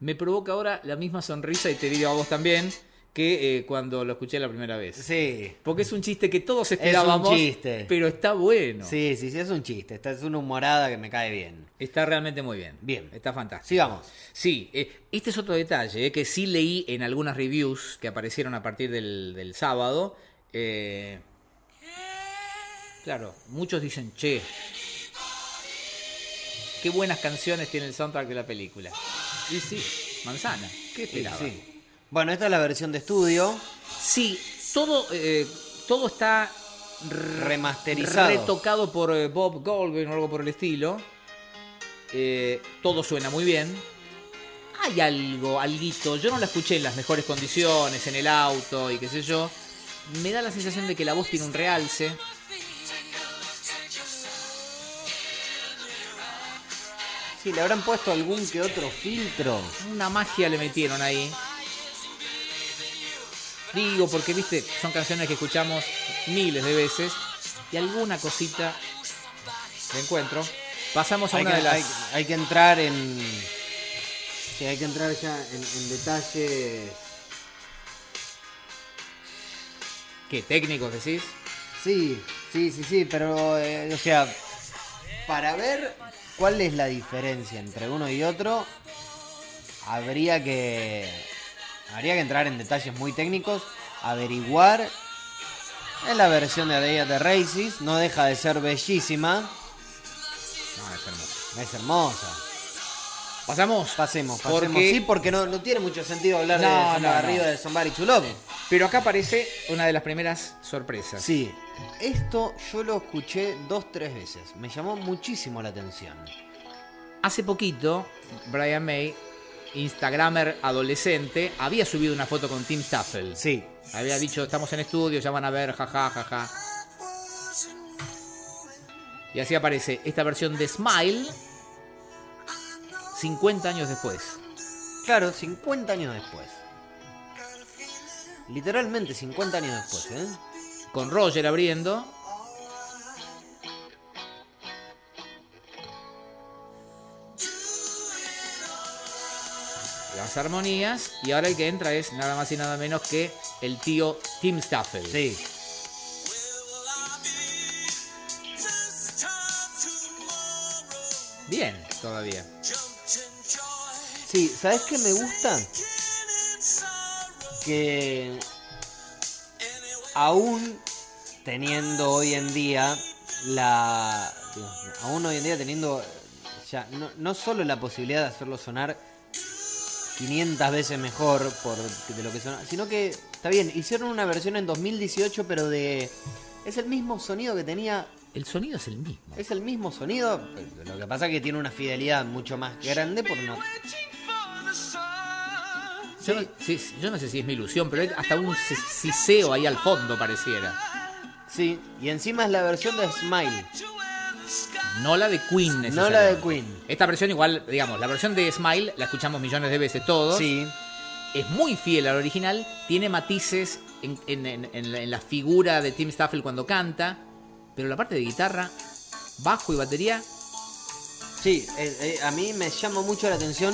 S1: Me provoca ahora la misma sonrisa, y te digo a vos también, que eh, cuando lo escuché la primera vez.
S2: Sí.
S1: Porque es un chiste que todos esperábamos.
S2: chiste.
S1: Pero está bueno.
S2: Sí, sí, sí, es un chiste. Esta es una humorada que me cae bien.
S1: Está realmente muy bien.
S2: Bien.
S1: Está fantástico.
S2: Sigamos.
S1: Sí, eh, este es otro detalle eh, que sí leí en algunas reviews que aparecieron a partir del, del sábado. eh, claro, muchos dicen, che, qué buenas canciones tiene el soundtrack de la película. Y sí, manzana. ¿Qué
S2: Sí,
S1: esperaba?
S2: sí. Bueno, esta es la versión de estudio.
S1: Sí, todo, eh, todo está re-
S2: Remasterizado.
S1: retocado por eh, Bob Goldwyn o algo por el estilo. Eh, todo suena muy bien. Hay algo, alguito. Yo no la escuché en las mejores condiciones, en el auto y qué sé yo. Me da la sensación de que la voz tiene un realce.
S2: Sí, le habrán puesto algún que otro filtro.
S1: Una magia le metieron ahí. Digo, porque viste, son canciones que escuchamos miles de veces y alguna cosita de encuentro. Pasamos a
S2: Hay que,
S1: una de
S2: hay-
S1: las.
S2: hay que entrar en. sí, hay que entrar ya en, en detalles.
S1: ¿Qué técnicos decís?
S2: Sí, sí, sí, sí, pero. eh, o sea, para ver cuál es la diferencia entre uno y otro, habría que. Habría que entrar en detalles muy técnicos, averiguar. Es la versión de Adea de Races, no deja de ser bellísima,
S1: No, es hermoso.
S2: es hermosa.
S1: Pasamos.
S2: Pasemos, pasemos.
S1: Porque-
S2: Sí, porque no, no tiene mucho sentido hablar
S1: No,
S2: de
S1: no, no.
S2: Samba Garrido, de Somebody to Love.
S1: Pero acá aparece una de las primeras sorpresas.
S2: Sí, esto yo lo escuché dos, tres veces. Me llamó muchísimo la atención.
S1: Hace poquito, Brian May, Instagramer adolescente, había subido una foto con Tim Staffel.
S2: Sí.
S1: Había dicho, estamos en estudio, ya van a ver, jaja, jaja. Y así aparece esta versión de Smile 50 años después.
S2: Claro, 50 años después. Literalmente 50 años después, ¿eh?
S1: Con Roger abriendo. Las armonías. Y ahora el que entra es nada más y nada menos que el tío Tim Staffel.
S2: Sí.
S1: Bien, todavía.
S2: Sí, ¿sabes qué me gusta? Que aún teniendo hoy en día la... digo, Aún hoy en día teniendo ya no, no solo la posibilidad de hacerlo sonar 500 veces mejor por, de lo que suena, sino que, está bien, hicieron una versión en 2018, pero de... Es el mismo sonido que tenía
S1: El sonido es el mismo.
S2: es el mismo sonido, lo que pasa es que tiene una fidelidad mucho más grande por no...
S1: Yo, no, sí, sí, yo no sé si es mi ilusión, pero hay hasta un si- siseo ahí al fondo pareciera.
S2: Sí, y encima es la versión de Smile.
S1: No la de Queen,
S2: No la de
S1: necesariamente.
S2: Queen.
S1: Esta versión igual, digamos, la versión de Smile la escuchamos millones de veces todos.
S2: Sí,
S1: es muy fiel al original, tiene matices en, en- en- en la, en la figura de Tim Staffel cuando canta, Pero la parte de guitarra, bajo y batería,
S2: Sí, eh, eh, a mí me llama mucho la atención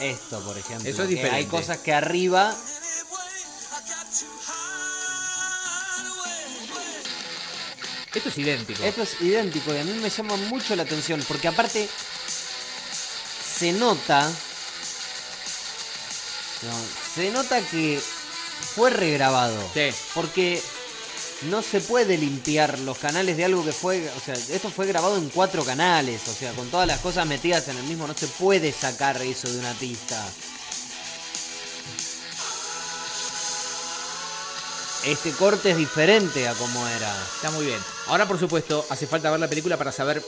S2: esto, por ejemplo.
S1: Eso es
S2: que
S1: diferente.
S2: Hay cosas que arriba
S1: esto es idéntico.
S2: Esto es idéntico y a mí me llama mucho la atención porque aparte se nota no, se nota que fue regrabado.
S1: Sí.
S2: Porque no se puede limpiar los canales de algo que fue, o sea, esto fue grabado en cuatro canales, o sea, con todas las cosas metidas en el mismo, no se puede sacar eso de una pista. Este corte es diferente a como era.
S1: Está muy bien. Ahora, por supuesto, hace falta ver la película para saber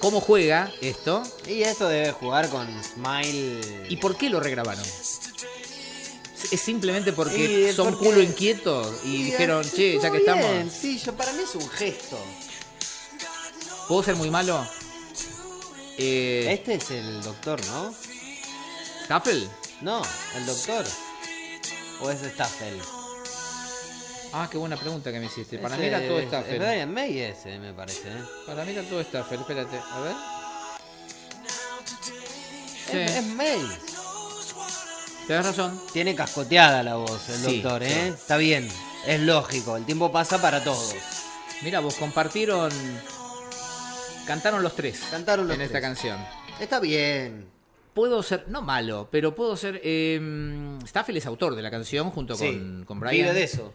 S1: cómo juega esto
S2: Y esto debe jugar con Smile.
S1: y por qué lo regrabaron. Es simplemente
S2: Y
S1: porque
S2: es
S1: son
S2: porque-
S1: culo inquieto y, dijeron, che, ya que estamos,
S2: Sí, yo, para mí es un gesto.
S1: ¿puedo ser muy malo? Eh,
S2: Este es el doctor, ¿no?
S1: ¿Staffel?
S2: No, el doctor. ¿O es Staffel?
S1: Ah, qué buena pregunta que me hiciste. Para
S2: Ese
S1: mí era todo
S2: es- Es
S1: Staffel.
S2: Brian May ese, me parece. ¿eh?
S1: Para mí era todo Staffel. Espérate, a ver.
S2: Es, es
S1: Sí,
S2: May.
S1: tenés razón.
S2: Tiene cascoteada la voz el
S1: Sí,
S2: doctor,
S1: sí.
S2: ¿eh? Está bien, es lógico, el tiempo pasa para todos.
S1: Mira, vos compartieron. Cantaron los tres.
S2: Cantaron los
S1: En esta
S2: tres.
S1: canción.
S2: Está bien.
S1: Puedo ser, no malo, pero puedo ser. Eh, Staffel es autor de la canción junto
S2: Sí,
S1: con, con Brian. Eh,
S2: Vive de eso.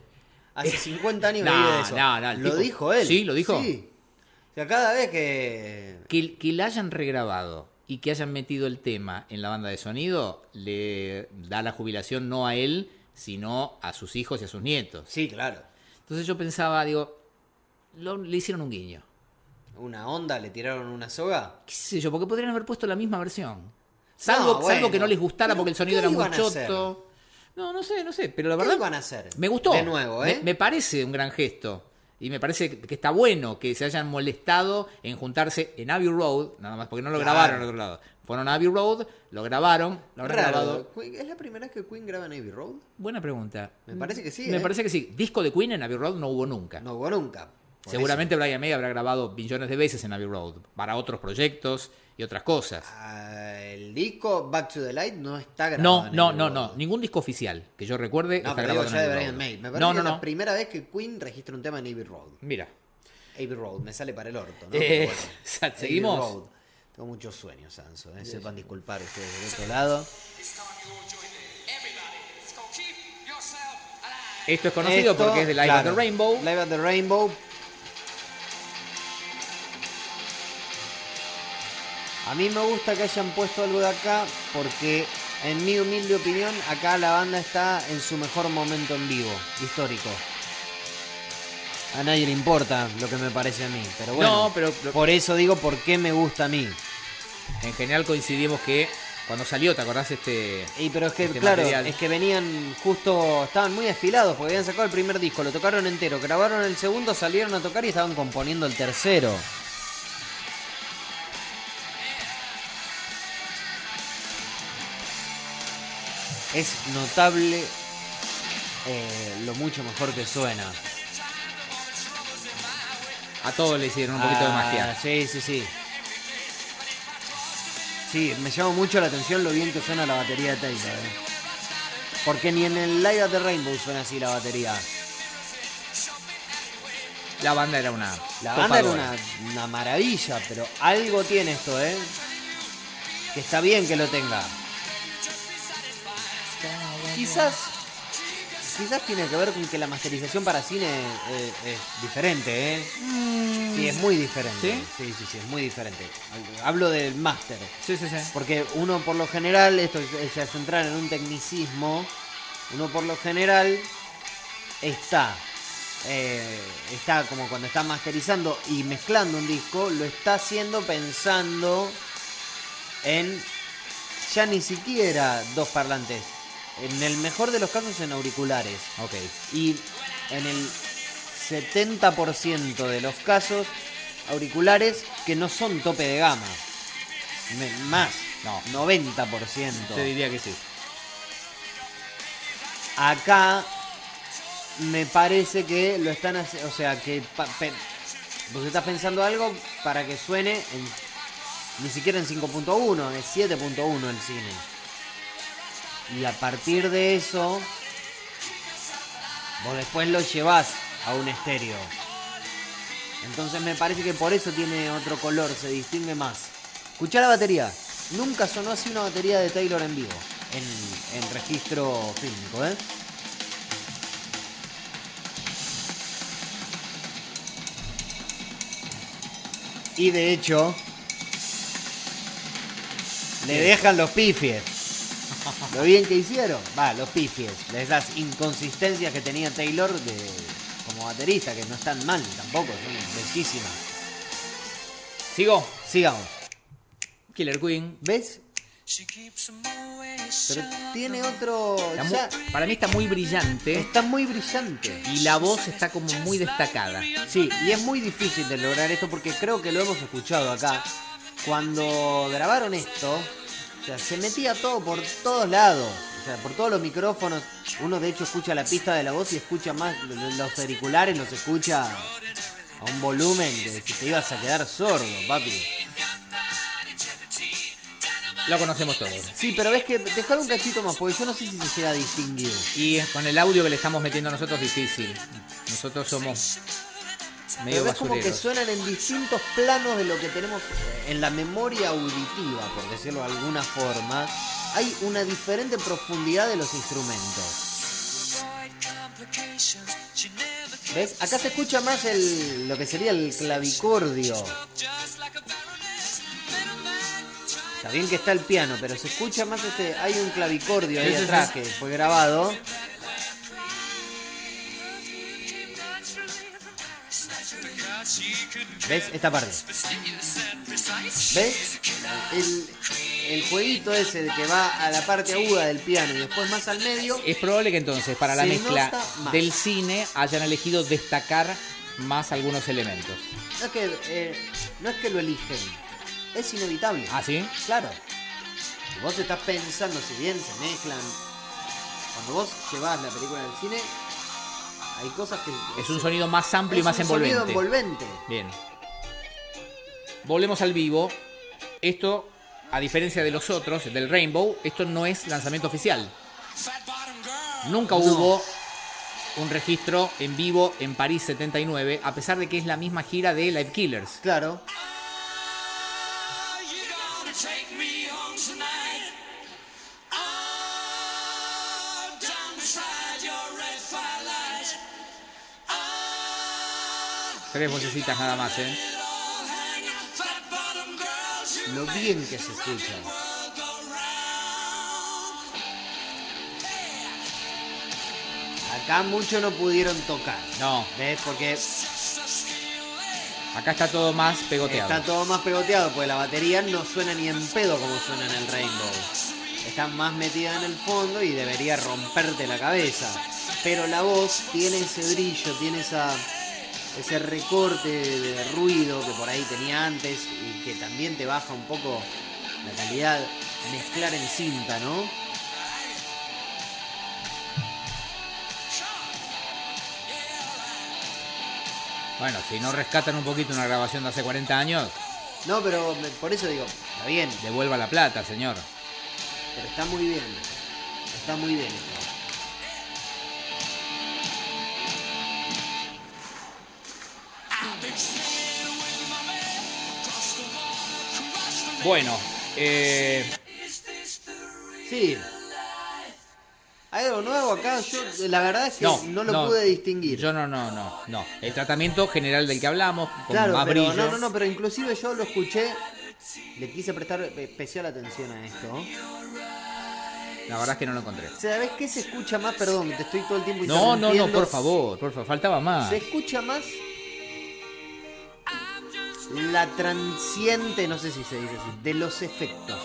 S2: Hace 50
S1: <laughs>
S2: años
S1: No,
S2: vive de eso.
S1: no, no, el
S2: lo
S1: tipo-
S2: dijo él.
S1: Sí, lo dijo.
S2: Sí. O sea, cada vez que.
S1: Que, que la hayan regrabado y que hayan metido el tema en la banda de sonido le da la jubilación no a él, sino a sus hijos y a sus nietos.
S2: Sí, claro.
S1: Entonces yo pensaba, digo, lo- le hicieron un guiño.
S2: Una onda, le tiraron una soga.
S1: ¿Qué sé yo? Porque podrían haber puesto la misma versión. Salvo,
S2: No,
S1: salvo que
S2: bueno.
S1: no les gustara
S2: Pero,
S1: porque el
S2: ¿qué
S1: sonido era muy
S2: iban a hacer?
S1: choto. No, no sé, no sé, pero la
S2: ¿Qué
S1: verdad.
S2: le van a hacer?
S1: Me gustó.
S2: De nuevo, ¿eh?
S1: Me, me parece un gran gesto. Y me parece que está bueno que se hayan molestado en juntarse en Abbey Road, nada más, porque no lo
S2: Claro.
S1: grabaron en otro lado. Fueron a Abbey Road, lo grabaron, lo habrán
S2: Raro.
S1: grabado.
S2: Queen- ¿Es la primera vez que Queen graba en Abbey Road?
S1: Buena pregunta.
S2: Me parece que sí,
S1: Me
S2: ¿eh?
S1: parece que sí. Disco de Queen en Abbey Road no hubo nunca.
S2: No hubo nunca. Por
S1: Seguramente Brian May habrá grabado billones de veces en Abbey Road, para otros proyectos y otras cosas.
S2: eso, ah, el disco Back to the Light no está grabado.
S1: No,
S2: en
S1: no,
S2: Abbey
S1: no,
S2: Road.
S1: no. Ningún disco oficial que yo recuerde
S2: No,
S1: está
S2: pero digo
S1: grabado en
S2: ya de
S1: Abbey
S2: Brian
S1: Road.
S2: May. Me parece
S1: No,
S2: que
S1: no,
S2: es la
S1: no.
S2: primera vez que Queen registra un tema en Abbey Road.
S1: Mira.
S2: Abbey Road, me sale para el orto, ¿no?
S1: Eh, <laughs>
S2: Pero bueno, Abbey
S1: ¿seguimos?
S2: Road. Tengo muchos sueños, Sanso. Eh. Sepan disculpar ustedes del otro lado.
S3: It's time you all join in. Everybody, it's called Keep Yourself Alive.
S1: Esto es conocido
S2: Esto,
S1: porque es de Live at
S2: claro,
S1: the Rainbow.
S2: Live at the Rainbow. A mí me gusta que hayan puesto algo de acá porque, en mi humilde opinión, acá la banda está en su mejor momento en vivo, histórico. A nadie le importa lo que me parece a mí, pero bueno,
S1: No, pero- pero-
S2: por eso digo por qué me gusta a mí.
S1: En general coincidimos que cuando salió, ¿te acordás este?
S2: Y pero es que,
S1: Este
S2: claro,
S1: material.
S2: es que venían justo, estaban muy desfilados porque habían sacado el primer disco, lo tocaron entero, grabaron el segundo, salieron a tocar y estaban componiendo el tercero. Es notable eh, lo mucho mejor que suena.
S1: A todos le hicieron un poquito de
S2: Ah,
S1: magia.
S2: Sí, sí, sí. Sí, me llama mucho la atención lo bien que suena la batería de Taylor. eh. Porque ni en el Live at the Rainbow suena así la batería.
S1: La banda era una. topadora.
S2: La banda era una, una maravilla, pero algo tiene esto, ¿eh? Que está bien que lo tenga. Quizás. Quizás tiene que ver con que la masterización para cine eh, es diferente, ¿eh? Sí, es muy diferente.
S1: ¿Sí?
S2: sí, sí, sí, es muy diferente. Hablo del máster.
S1: Sí, sí, sí.
S2: Porque uno por lo general, esto es, es entrar en un tecnicismo, uno por lo general está, eh, está como cuando está masterizando y mezclando un disco, lo está haciendo pensando en ya ni siquiera dos parlantes, en el mejor de los casos en auriculares.
S1: Ok.
S2: Y en el 70% de los casos, auriculares que no son tope de gama. Me- más,
S1: No.
S2: 90%.
S1: Te diría que sí.
S2: Acá me parece que lo están haciendo. O sea, que. pa- pe- vos estás pensando algo para que suene en- ni siquiera en 5.1, es 7.1 el cine. Y a partir de eso, vos después lo llevás a un estéreo. Entonces me parece que por eso tiene otro color, se distingue más. Escuchá la batería. Nunca sonó así una batería de Taylor en vivo, en, en registro fílmico, ¿eh? Y de hecho, le dejan los pifies. Lo bien que hicieron. Va, los pifies. de Esas inconsistencias que tenía Taylor de, como baterista, que no están mal tampoco, son bellísimas.
S1: Sigo.
S2: Sigamos.
S1: Killer Queen.
S2: ¿Ves? Pero tiene otro.
S1: Está
S2: ya
S1: mu- para mí está muy brillante
S2: está muy brillante.
S1: y la voz está como muy destacada.
S2: Sí, y es muy difícil de lograr esto porque creo que lo hemos escuchado acá. Cuando grabaron esto, o sea, se metía todo por todos lados, o sea, por todos los micrófonos. Uno de hecho escucha la pista de la voz y escucha más los auriculares, los escucha a un volumen que si te ibas a quedar sordo, papi.
S1: Lo conocemos todos.
S2: Sí, pero ves que dejar un cachito más, porque yo no sé si se llega a distinguir.
S1: Y con el audio que le estamos metiendo nosotros difícil. Nosotros somos medio
S2: Pero es como que
S1: basureros.
S2: suenan en distintos planos de lo que tenemos eh, en la memoria auditiva, por decirlo de alguna forma. Hay una diferente profundidad de los instrumentos. ¿Ves? Acá se escucha más el, lo que sería el clavicordio. Está bien que está el piano, pero se escucha más este... Hay un clavicordio ahí
S1: Sí, sí,
S2: atrás
S1: sí.
S2: que fue grabado. ¿Ves? Esta parte. ¿Ves? El, el jueguito ese que va a la parte aguda del piano y después más al medio.
S1: Es probable que entonces para la
S2: Se
S1: mezcla
S2: nota más.
S1: del cine hayan elegido destacar más algunos elementos.
S2: No es que, eh, no es que lo eligen, es inevitable.
S1: ¿Ah, sí?
S2: Claro. Y Vos estás pensando, si bien se mezclan. Cuando vos llevas la película al cine, hay cosas que.
S1: Es un sonido más amplio y
S2: es
S1: más
S2: un sonido
S1: envolvente.
S2: envolvente.
S1: Bien. Volvemos al vivo. Esto, a diferencia de los otros, del Rainbow, esto no es lanzamiento oficial. Nunca hubo un registro en vivo en París 79, a pesar de que es la misma gira de Live Killers.
S2: Claro.
S1: Tres vocecitas nada más, ¿eh?
S2: Lo bien que se escucha. Acá mucho no pudieron tocar.
S1: No,
S2: ¿Ves? Porque
S1: acá está todo más pegoteado.
S2: Está todo más pegoteado, porque la batería no suena ni en pedo como suena en el Rainbow. Está más metida en el fondo y debería romperte la cabeza. Pero la voz tiene ese brillo, tiene esa, ese recorte de ruido que por ahí tenía antes y que también te baja un poco la calidad. Mezclar en cinta, ¿no?
S1: Bueno, si no rescatan un poquito una grabación de hace 40 años,
S2: No, pero me- por eso digo, está bien,
S1: devuelva la plata, señor.
S2: pero está muy bien. Está muy bien esto.
S1: Bueno, eh,
S2: Sí. Hay algo nuevo acá, yo la verdad es que
S1: no,
S2: no, lo pude distinguir.
S1: Yo no, no, no, no. El tratamiento general del que hablamos, con
S2: Claro,
S1: más
S2: pero
S1: brillo.
S2: no, no, no, pero inclusive yo lo escuché, le quise prestar especial atención a esto.
S1: La verdad es que no lo encontré.
S2: ¿Sabes qué se escucha más? Perdón, te estoy todo el tiempo
S1: No, no, no,
S2: interrumpiendo.
S1: por favor, por favor, faltaba más.
S2: Se escucha más la transiente, no sé si se dice así, de los efectos.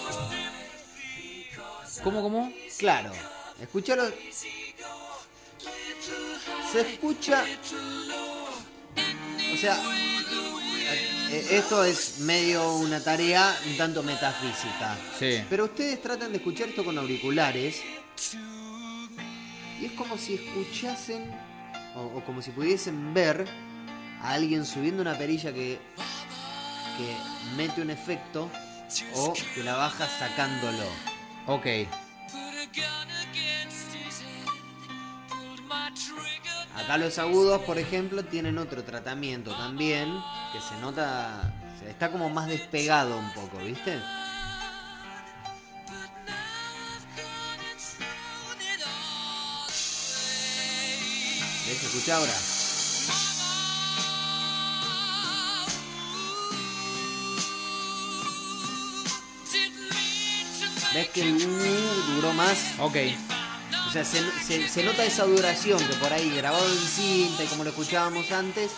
S1: ¿Cómo, cómo?
S2: Claro, escúchalo. Se escucha. O sea, eh, esto es medio una tarea un tanto metafísica.
S1: Sí.
S2: Pero ustedes tratan de escuchar esto con auriculares. Y es como si escuchasen o, o como si pudiesen ver a alguien subiendo una perilla que, que mete un efecto o que la baja sacándolo.
S1: Ok.
S2: Acá los agudos, por ejemplo, tienen otro tratamiento también, que se nota, se- está como más despegado un poco, ¿viste? ¿Ves? Escucha ahora. ¿Ves que el uh duró más?
S1: Ok.
S2: O sea, se, se- se nota esa duración que por ahí grabado en cinta y como lo escuchábamos antes.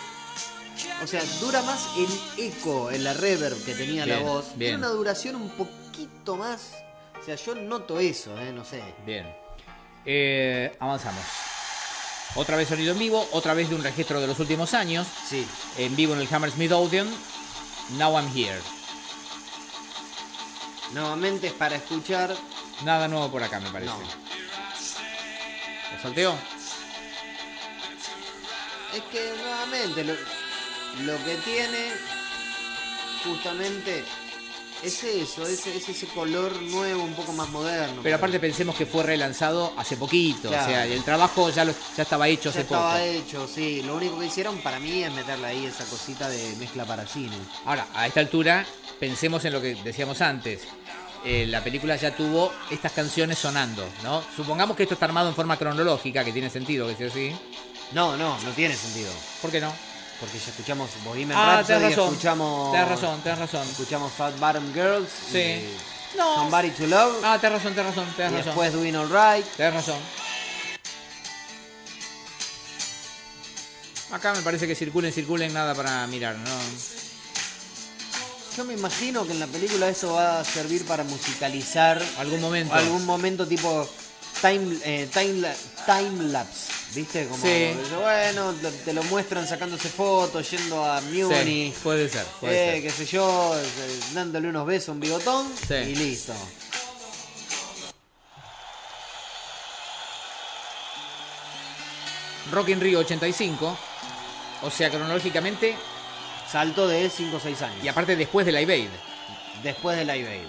S2: O sea, dura más el eco, en la reverb que tenía
S1: Bien,
S2: la voz.
S1: bien.
S2: Tiene una duración un poquito más. O sea, yo noto eso, ¿eh? No sé.
S1: Bien. Eh, avanzamos. Otra vez sonido en vivo, otra vez de un registro de los últimos años.
S2: Sí.
S1: En vivo en el Hammersmith Odeon. Now I'm here.
S2: Nuevamente es para escuchar.
S1: Nada nuevo por acá, me parece.
S2: No.
S1: ¿Lo salteo?
S2: Es que nuevamente lo, lo que tiene justamente es eso, es, es ese color nuevo, un poco más moderno.
S1: Pero aparte pensemos que fue relanzado hace poquito. O
S2: Claro.
S1: sea, el trabajo ya, lo- ya estaba hecho
S2: Ya
S1: hace
S2: estaba
S1: poco.
S2: hecho, sí. Lo único que hicieron para mí es meterle ahí esa cosita de mezcla para cine.
S1: Ahora, a esta altura, pensemos en lo que decíamos antes. Eh, la película ya tuvo estas canciones sonando, ¿no? Supongamos que esto está armado en forma cronológica, que tiene sentido que sea así.
S2: No, no, no tiene sentido.
S1: ¿Por qué no?
S2: Porque ya escuchamos Bohemian
S1: Ah,
S2: Rhapsody,
S1: tenés razón.
S2: escuchamos...
S1: Tenés razón, tenés razón.
S2: Escuchamos Fat Bottom Girls.
S1: Sí.
S2: y
S1: No.
S2: Somebody to Love.
S1: Ah, tenés razón, tenés razón,
S2: y
S1: tenés razón.
S2: después Doing Alright.
S1: Tenés razón. Acá me parece que circulen, circulen, nada para mirar, ¿no?
S2: Yo me imagino que en la película eso va a servir para musicalizar
S1: Algún momento.
S2: algún momento tipo time, eh, time, la- time lapse. ¿Viste? Como,
S1: Sí.
S2: Bueno, te- te lo muestran sacándose fotos, yendo a Munich.
S1: Sí, puede ser, puede
S2: Eh,
S1: ser.
S2: qué sé yo, eh, dándole unos besos a un bigotón
S1: Sí.
S2: y listo.
S1: Rock in Rio 85. O sea, cronológicamente,
S2: Salto de 5 o 6 años.
S1: y aparte después de la Aid.
S2: Después del Live Aid.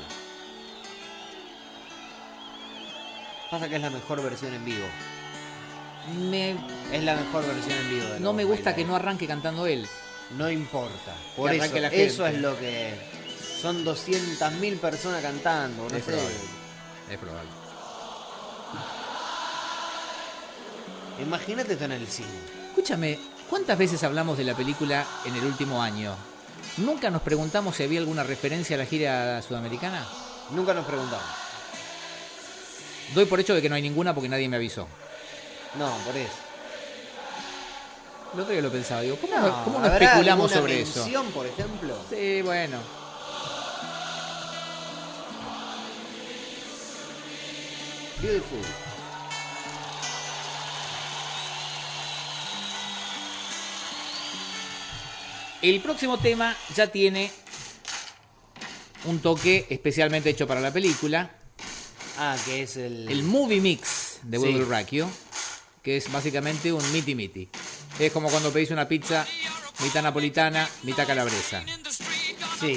S2: Pasa que es la mejor versión en vivo.
S1: Me-
S2: Es la mejor versión en vivo. de
S1: no
S2: los
S1: me gusta
S2: Live
S1: que
S2: Aid.
S1: no arranque cantando él.
S2: No importa. Por
S1: Que
S2: eso,
S1: arranque la
S2: eso
S1: gente.
S2: es lo que... Son 200.000 personas cantando. No
S1: Es
S2: sé.
S1: probable. Es probable.
S2: Imagínate esto en el cine.
S1: Escúchame, ¿cuántas veces hablamos de la película en el último año? ¿Nunca nos preguntamos si había alguna referencia a la gira sudamericana?
S2: Nunca nos preguntamos.
S1: Doy por hecho de que no hay ninguna porque nadie me avisó.
S2: No, por eso.
S1: El otro día lo pensaba, digo, ¿cómo,
S2: No,
S1: no, cómo no
S2: ¿habrá
S1: especulamos
S2: alguna
S1: sobre eso?
S2: mención, por ejemplo?
S1: Sí, bueno.
S2: Beautiful.
S1: El próximo tema ya tiene un toque especialmente hecho para la película.
S2: Ah, que es el...
S1: El Movie Mix de
S2: Sí.
S1: Will Will Rock You, que es básicamente un miti miti. Es como cuando pedís una pizza mitad napolitana, mitad calabresa.
S2: Sí.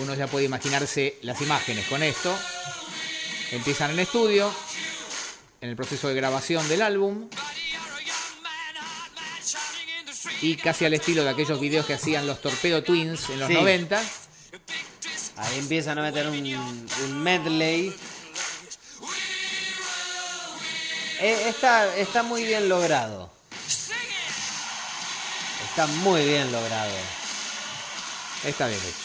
S1: Uno ya puede imaginarse las imágenes con esto. Empiezan en estudio, en el proceso de grabación del álbum, y casi al estilo de aquellos videos que hacían los Torpedo Twins en los
S2: Sí.
S1: 90.
S2: Ahí empiezan a meter un, un medley. Eh, está, está muy bien logrado. Está muy bien logrado.
S1: Está bien hecho.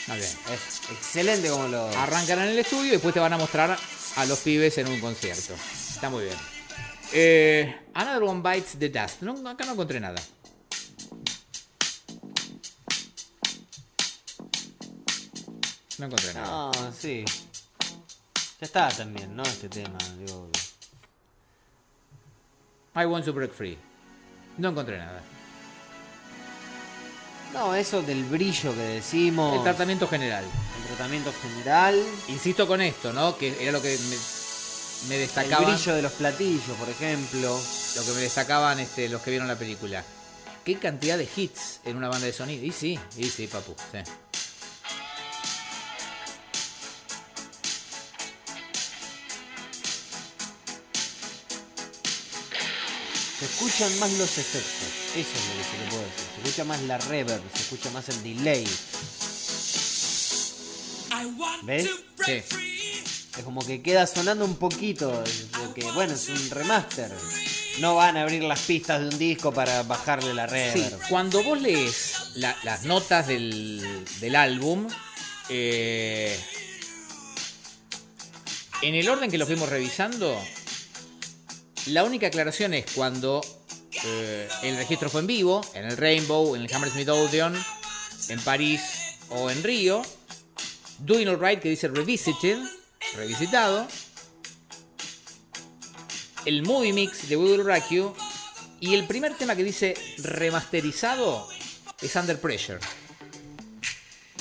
S1: Está bien.
S2: Es excelente como lo.
S1: Arrancan en el estudio y después te van a mostrar a los pibes en un concierto. Está muy bien. Eh, Another One Bites the Dust. No, acá no encontré nada. No encontré nada.
S2: No, sí. Ya está también, ¿no? Este tema. digo.
S1: I want to break free. No encontré nada.
S2: No, eso del brillo que decimos.
S1: El tratamiento general.
S2: el tratamiento general.
S1: Insisto con esto, ¿no? Que era lo que me, me
S2: El
S1: destacaba.
S2: brillo de los platillos, por ejemplo.
S1: lo que me destacaban este, los que vieron la película. Qué cantidad de hits en una banda de sonido. Y sí, y sí, papu. sí.
S2: Se escuchan más los efectos. Eso es lo que se le puede decir. Se escucha más la reverb, se escucha más el delay. ¿Ves?
S1: Sí.
S2: Es como que queda sonando un poquito. Porque, bueno, es un remaster. No van a abrir las pistas de un disco para bajarle la
S1: Sí,
S2: reverb.
S1: cuando vos lees la- las notas del, del álbum, eh, en el orden que lo fuimos revisando, la única aclaración es cuando eh, el registro fue en vivo, en el Rainbow, en el Hammersmith Odeon, en París o en Río, Doing Alright que dice Revisited, revisitado, el Movie Mix de We Will Rock You y el primer tema que dice remasterizado es Under Pressure.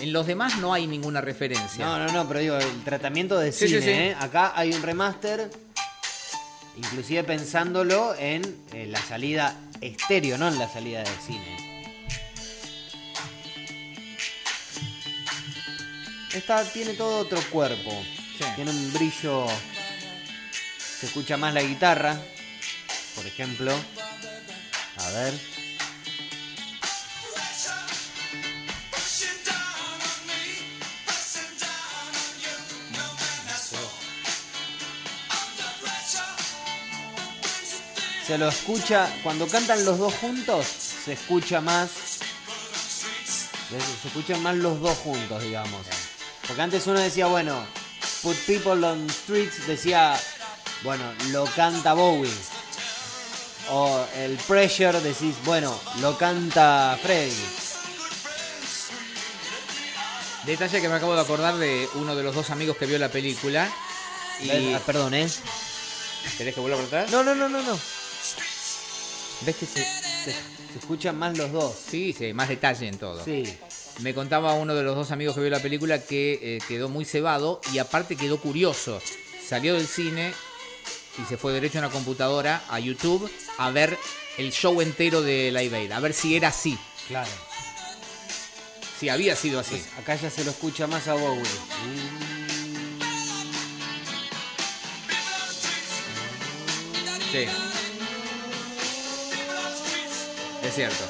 S1: En los demás no hay ninguna referencia.
S2: No, no, no, pero digo, el tratamiento de
S1: Sí, sí,
S2: cine,
S1: sí.
S2: ¿eh? Acá hay un remaster, inclusive pensándolo en eh, la salida estéreo, no en la salida de cine. Esta tiene todo otro cuerpo.
S1: Sí.
S2: Tiene un brillo. Se escucha más la guitarra, por ejemplo. A ver. Se lo escucha, cuando cantan los dos juntos, se escucha más. ¿ves? Se escuchan más los dos juntos, digamos. Porque antes uno decía, bueno, Put People on Streets decía, bueno, lo canta Bowie. O el Pressure decís, bueno, lo canta Freddy.
S1: Detalle que me acabo de acordar de uno de los dos amigos que vio la película. Y...
S2: Ah, perdón, ¿eh?
S1: ¿Querés que vuelva a contar?
S2: No, no, no, no, no.
S1: ¿Ves que sí?
S2: Se, se escuchan más los dos.
S1: Sí, sí, más detalle en todo.
S2: Sí.
S1: Me contaba uno de los dos amigos que vio la película que eh, quedó muy cebado y aparte quedó curioso. Salió del cine y se fue derecho a una computadora, a YouTube, a ver el show entero de Live Aid, a ver si era así,
S2: Claro.
S1: si había sido así.
S2: Acá ya se lo escucha más a Bowie.
S1: Sí. Es cierto.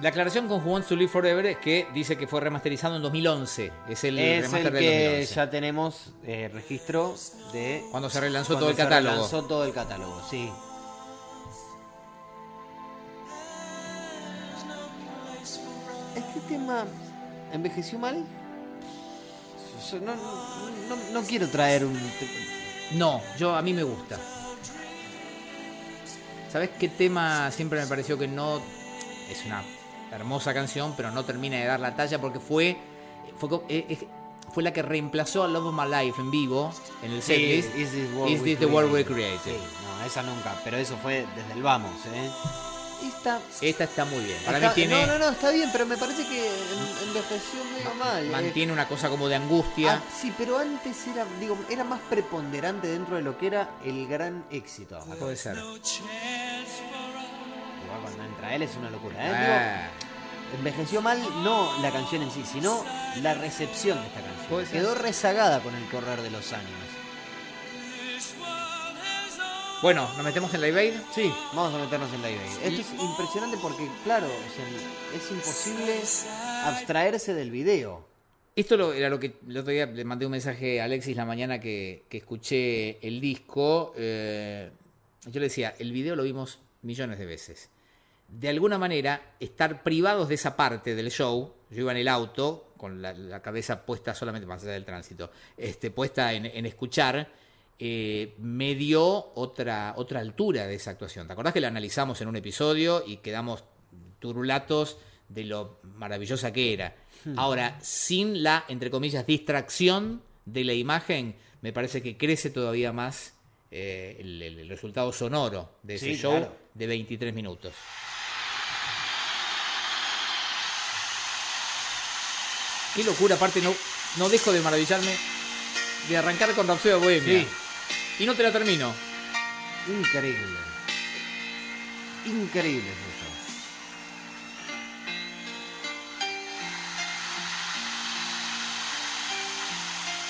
S1: La aclaración con Who Wants to Live Forever es que dice que fue remasterizado en 2011. Es el
S2: es
S1: remaster
S2: el
S1: del
S2: que
S1: 2011.
S2: ya tenemos eh, registro de
S1: Cuando se relanzó
S2: cuando
S1: todo el
S2: se
S1: catálogo.
S2: relanzó todo el catálogo, sí. Este tema envejeció mal. Yo no, no- no- no quiero traer un. te-
S1: No, yo a mí me gusta. ¿Sabes qué tema siempre me pareció que no es una hermosa canción, pero no termina de dar la talla porque fue fue, co- eh, eh, fue la que reemplazó a Love of My Life en vivo en el setlist.
S2: Is this, world
S1: Is
S2: we
S1: this the world we
S2: created?
S1: created?
S2: Sí, no, esa nunca, pero eso fue desde el vamos, ¿eh? Esta.
S1: Esta está muy bien. Para
S2: está-
S1: mí tiene
S2: No, no, no, está bien, pero me parece que en- envejeció medio mal. eh.
S1: mantiene una cosa como de angustia.
S2: Ah, sí, pero antes era, digo, era más preponderante dentro de lo que era el gran éxito.
S1: Ah, Puede ser.
S2: Igual cuando entra él es una locura, ¿eh?
S1: Ah,
S2: Digo, envejeció mal no la canción en sí, sino la recepción de esta
S1: Puede
S2: canción.
S1: ser.
S2: Quedó rezagada con el correr de los años.
S1: bueno, nos metemos en la Aid.
S2: Sí, vamos a meternos en Live Aid. Esto es impresionante porque, claro, o sea, es imposible abstraerse del video.
S1: Esto lo- era lo que el otro día le mandé un mensaje a Alexis la mañana que, que escuché el disco. eh, yo le decía, el video lo vimos millones de veces. De alguna manera, estar privados de esa parte del show, yo iba en el auto, con la, la cabeza puesta solamente más allá del tránsito, este, puesta en, en escuchar, eh, me dio otra, otra altura de esa actuación. ¿Te acordás que la analizamos en un episodio y quedamos turulatos de lo
S2: Hmm.
S1: maravillosa que era? Ahora, sin la, entre comillas, distracción de la imagen, me parece que crece todavía más eh, el, el- el resultado sonoro de ese
S2: Sí,
S1: show
S2: claro.
S1: de 23 minutos. Qué locura, aparte no, no dejo de maravillarme de arrancar con Rapsodia Bohemia. Y no te la termino.
S2: Increíble. Increíble ese show.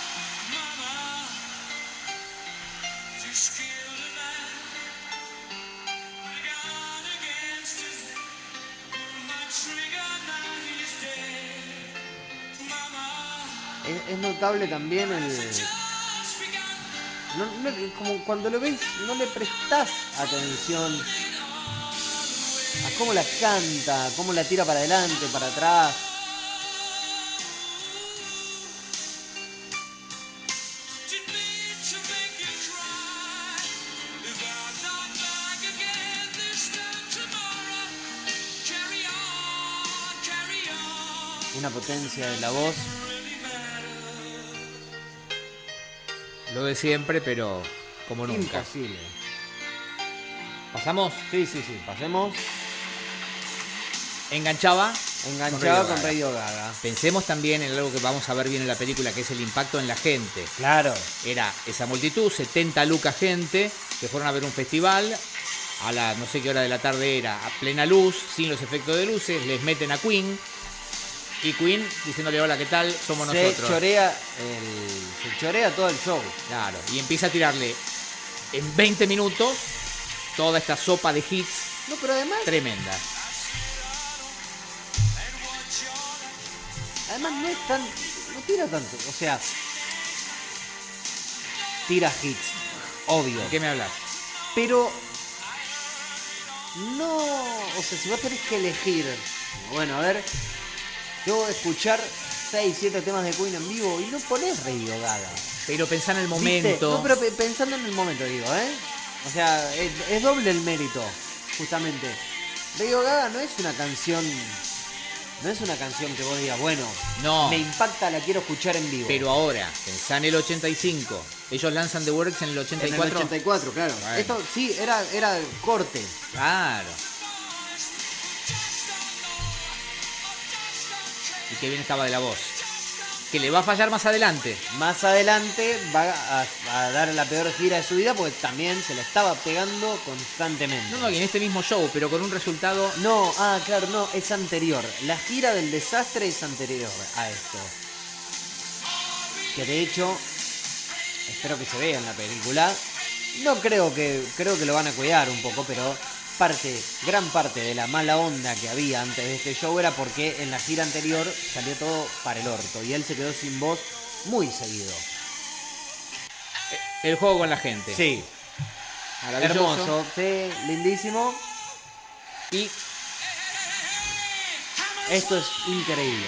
S3: Mama, just killed a man. I got against it. My trigger now he's dead. Mama,
S2: Es, es notable también el.
S3: just begun.
S2: no- no- como cuando lo ves, no le prestás atención a cómo la canta, cómo la tira para adelante, para atrás.
S3: Did mean to make you cry. If I'm not back again this time tomorrow, carry on, carry on.
S2: Una potencia de la voz.
S1: Lo de siempre, pero como nunca.
S2: Imposible.
S1: Pasamos,
S2: Sí, sí, sí. Pasemos.
S1: enganchaba.
S2: Enganchado
S1: Radio
S2: con
S1: Gaga.
S2: Radio Gaga.
S1: Pensemos también en algo que vamos a ver bien en la película, que es el impacto en la gente.
S2: Claro.
S1: Era esa multitud, 70 lucas gente, que fueron a ver un festival. A la no sé qué hora de la tarde era, a plena luz, sin los efectos de luces, les meten a Queen. Y Queen diciéndole, hola, ¿qué tal? Somos
S2: Se
S1: nosotros.
S2: chorea, el, se chorea todo el show.
S1: Claro, y empieza a tirarle en 20 minutos toda esta sopa de hits
S2: No, pero además,
S1: tremenda.
S2: además no es tan. No tira tanto. O sea. Tira hits. Obvio.
S1: ¿De qué me hablas?
S2: Pero. No. O sea, si vos tenés que elegir. Bueno, a ver. Yo escuchar 6, 7 temas de Queen en vivo y no ponés Radio Gaga.
S1: Pero pensá en el
S2: ¿Viste?
S1: momento.
S2: No, pero pe- pensando en el momento, digo, ¿eh? O sea, es, es doble el mérito, justamente. Radio Gaga no es una canción. No es una canción que vos digas, bueno,
S1: No.
S2: me impacta, la quiero escuchar en vivo.
S1: Pero ahora, pensá en el 85. Ellos lanzan The Works en el
S2: en
S1: 84.
S2: el 84, claro.
S1: Bueno.
S2: Esto sí, era, era corte.
S1: Claro. Y qué bien estaba de la voz. Que le va a fallar más adelante.
S2: Más adelante va a, a dar la peor gira de su vida porque también se la estaba pegando constantemente.
S1: No, no, y en este mismo show, pero con un resultado.
S2: No, ah, claro, no, es anterior. La gira del desastre es anterior a esto. Que de hecho, espero que se vea en la película. No creo que, creo que lo van a cuidar un poco, pero parte, gran parte de la mala onda que había antes de este show era porque en la gira anterior salió todo para el orto y él se quedó sin voz muy seguido.
S1: El juego con la gente.
S2: Sí,
S1: Maravilloso.
S2: hermoso, sí, lindísimo.
S1: Y
S2: Esto es increíble.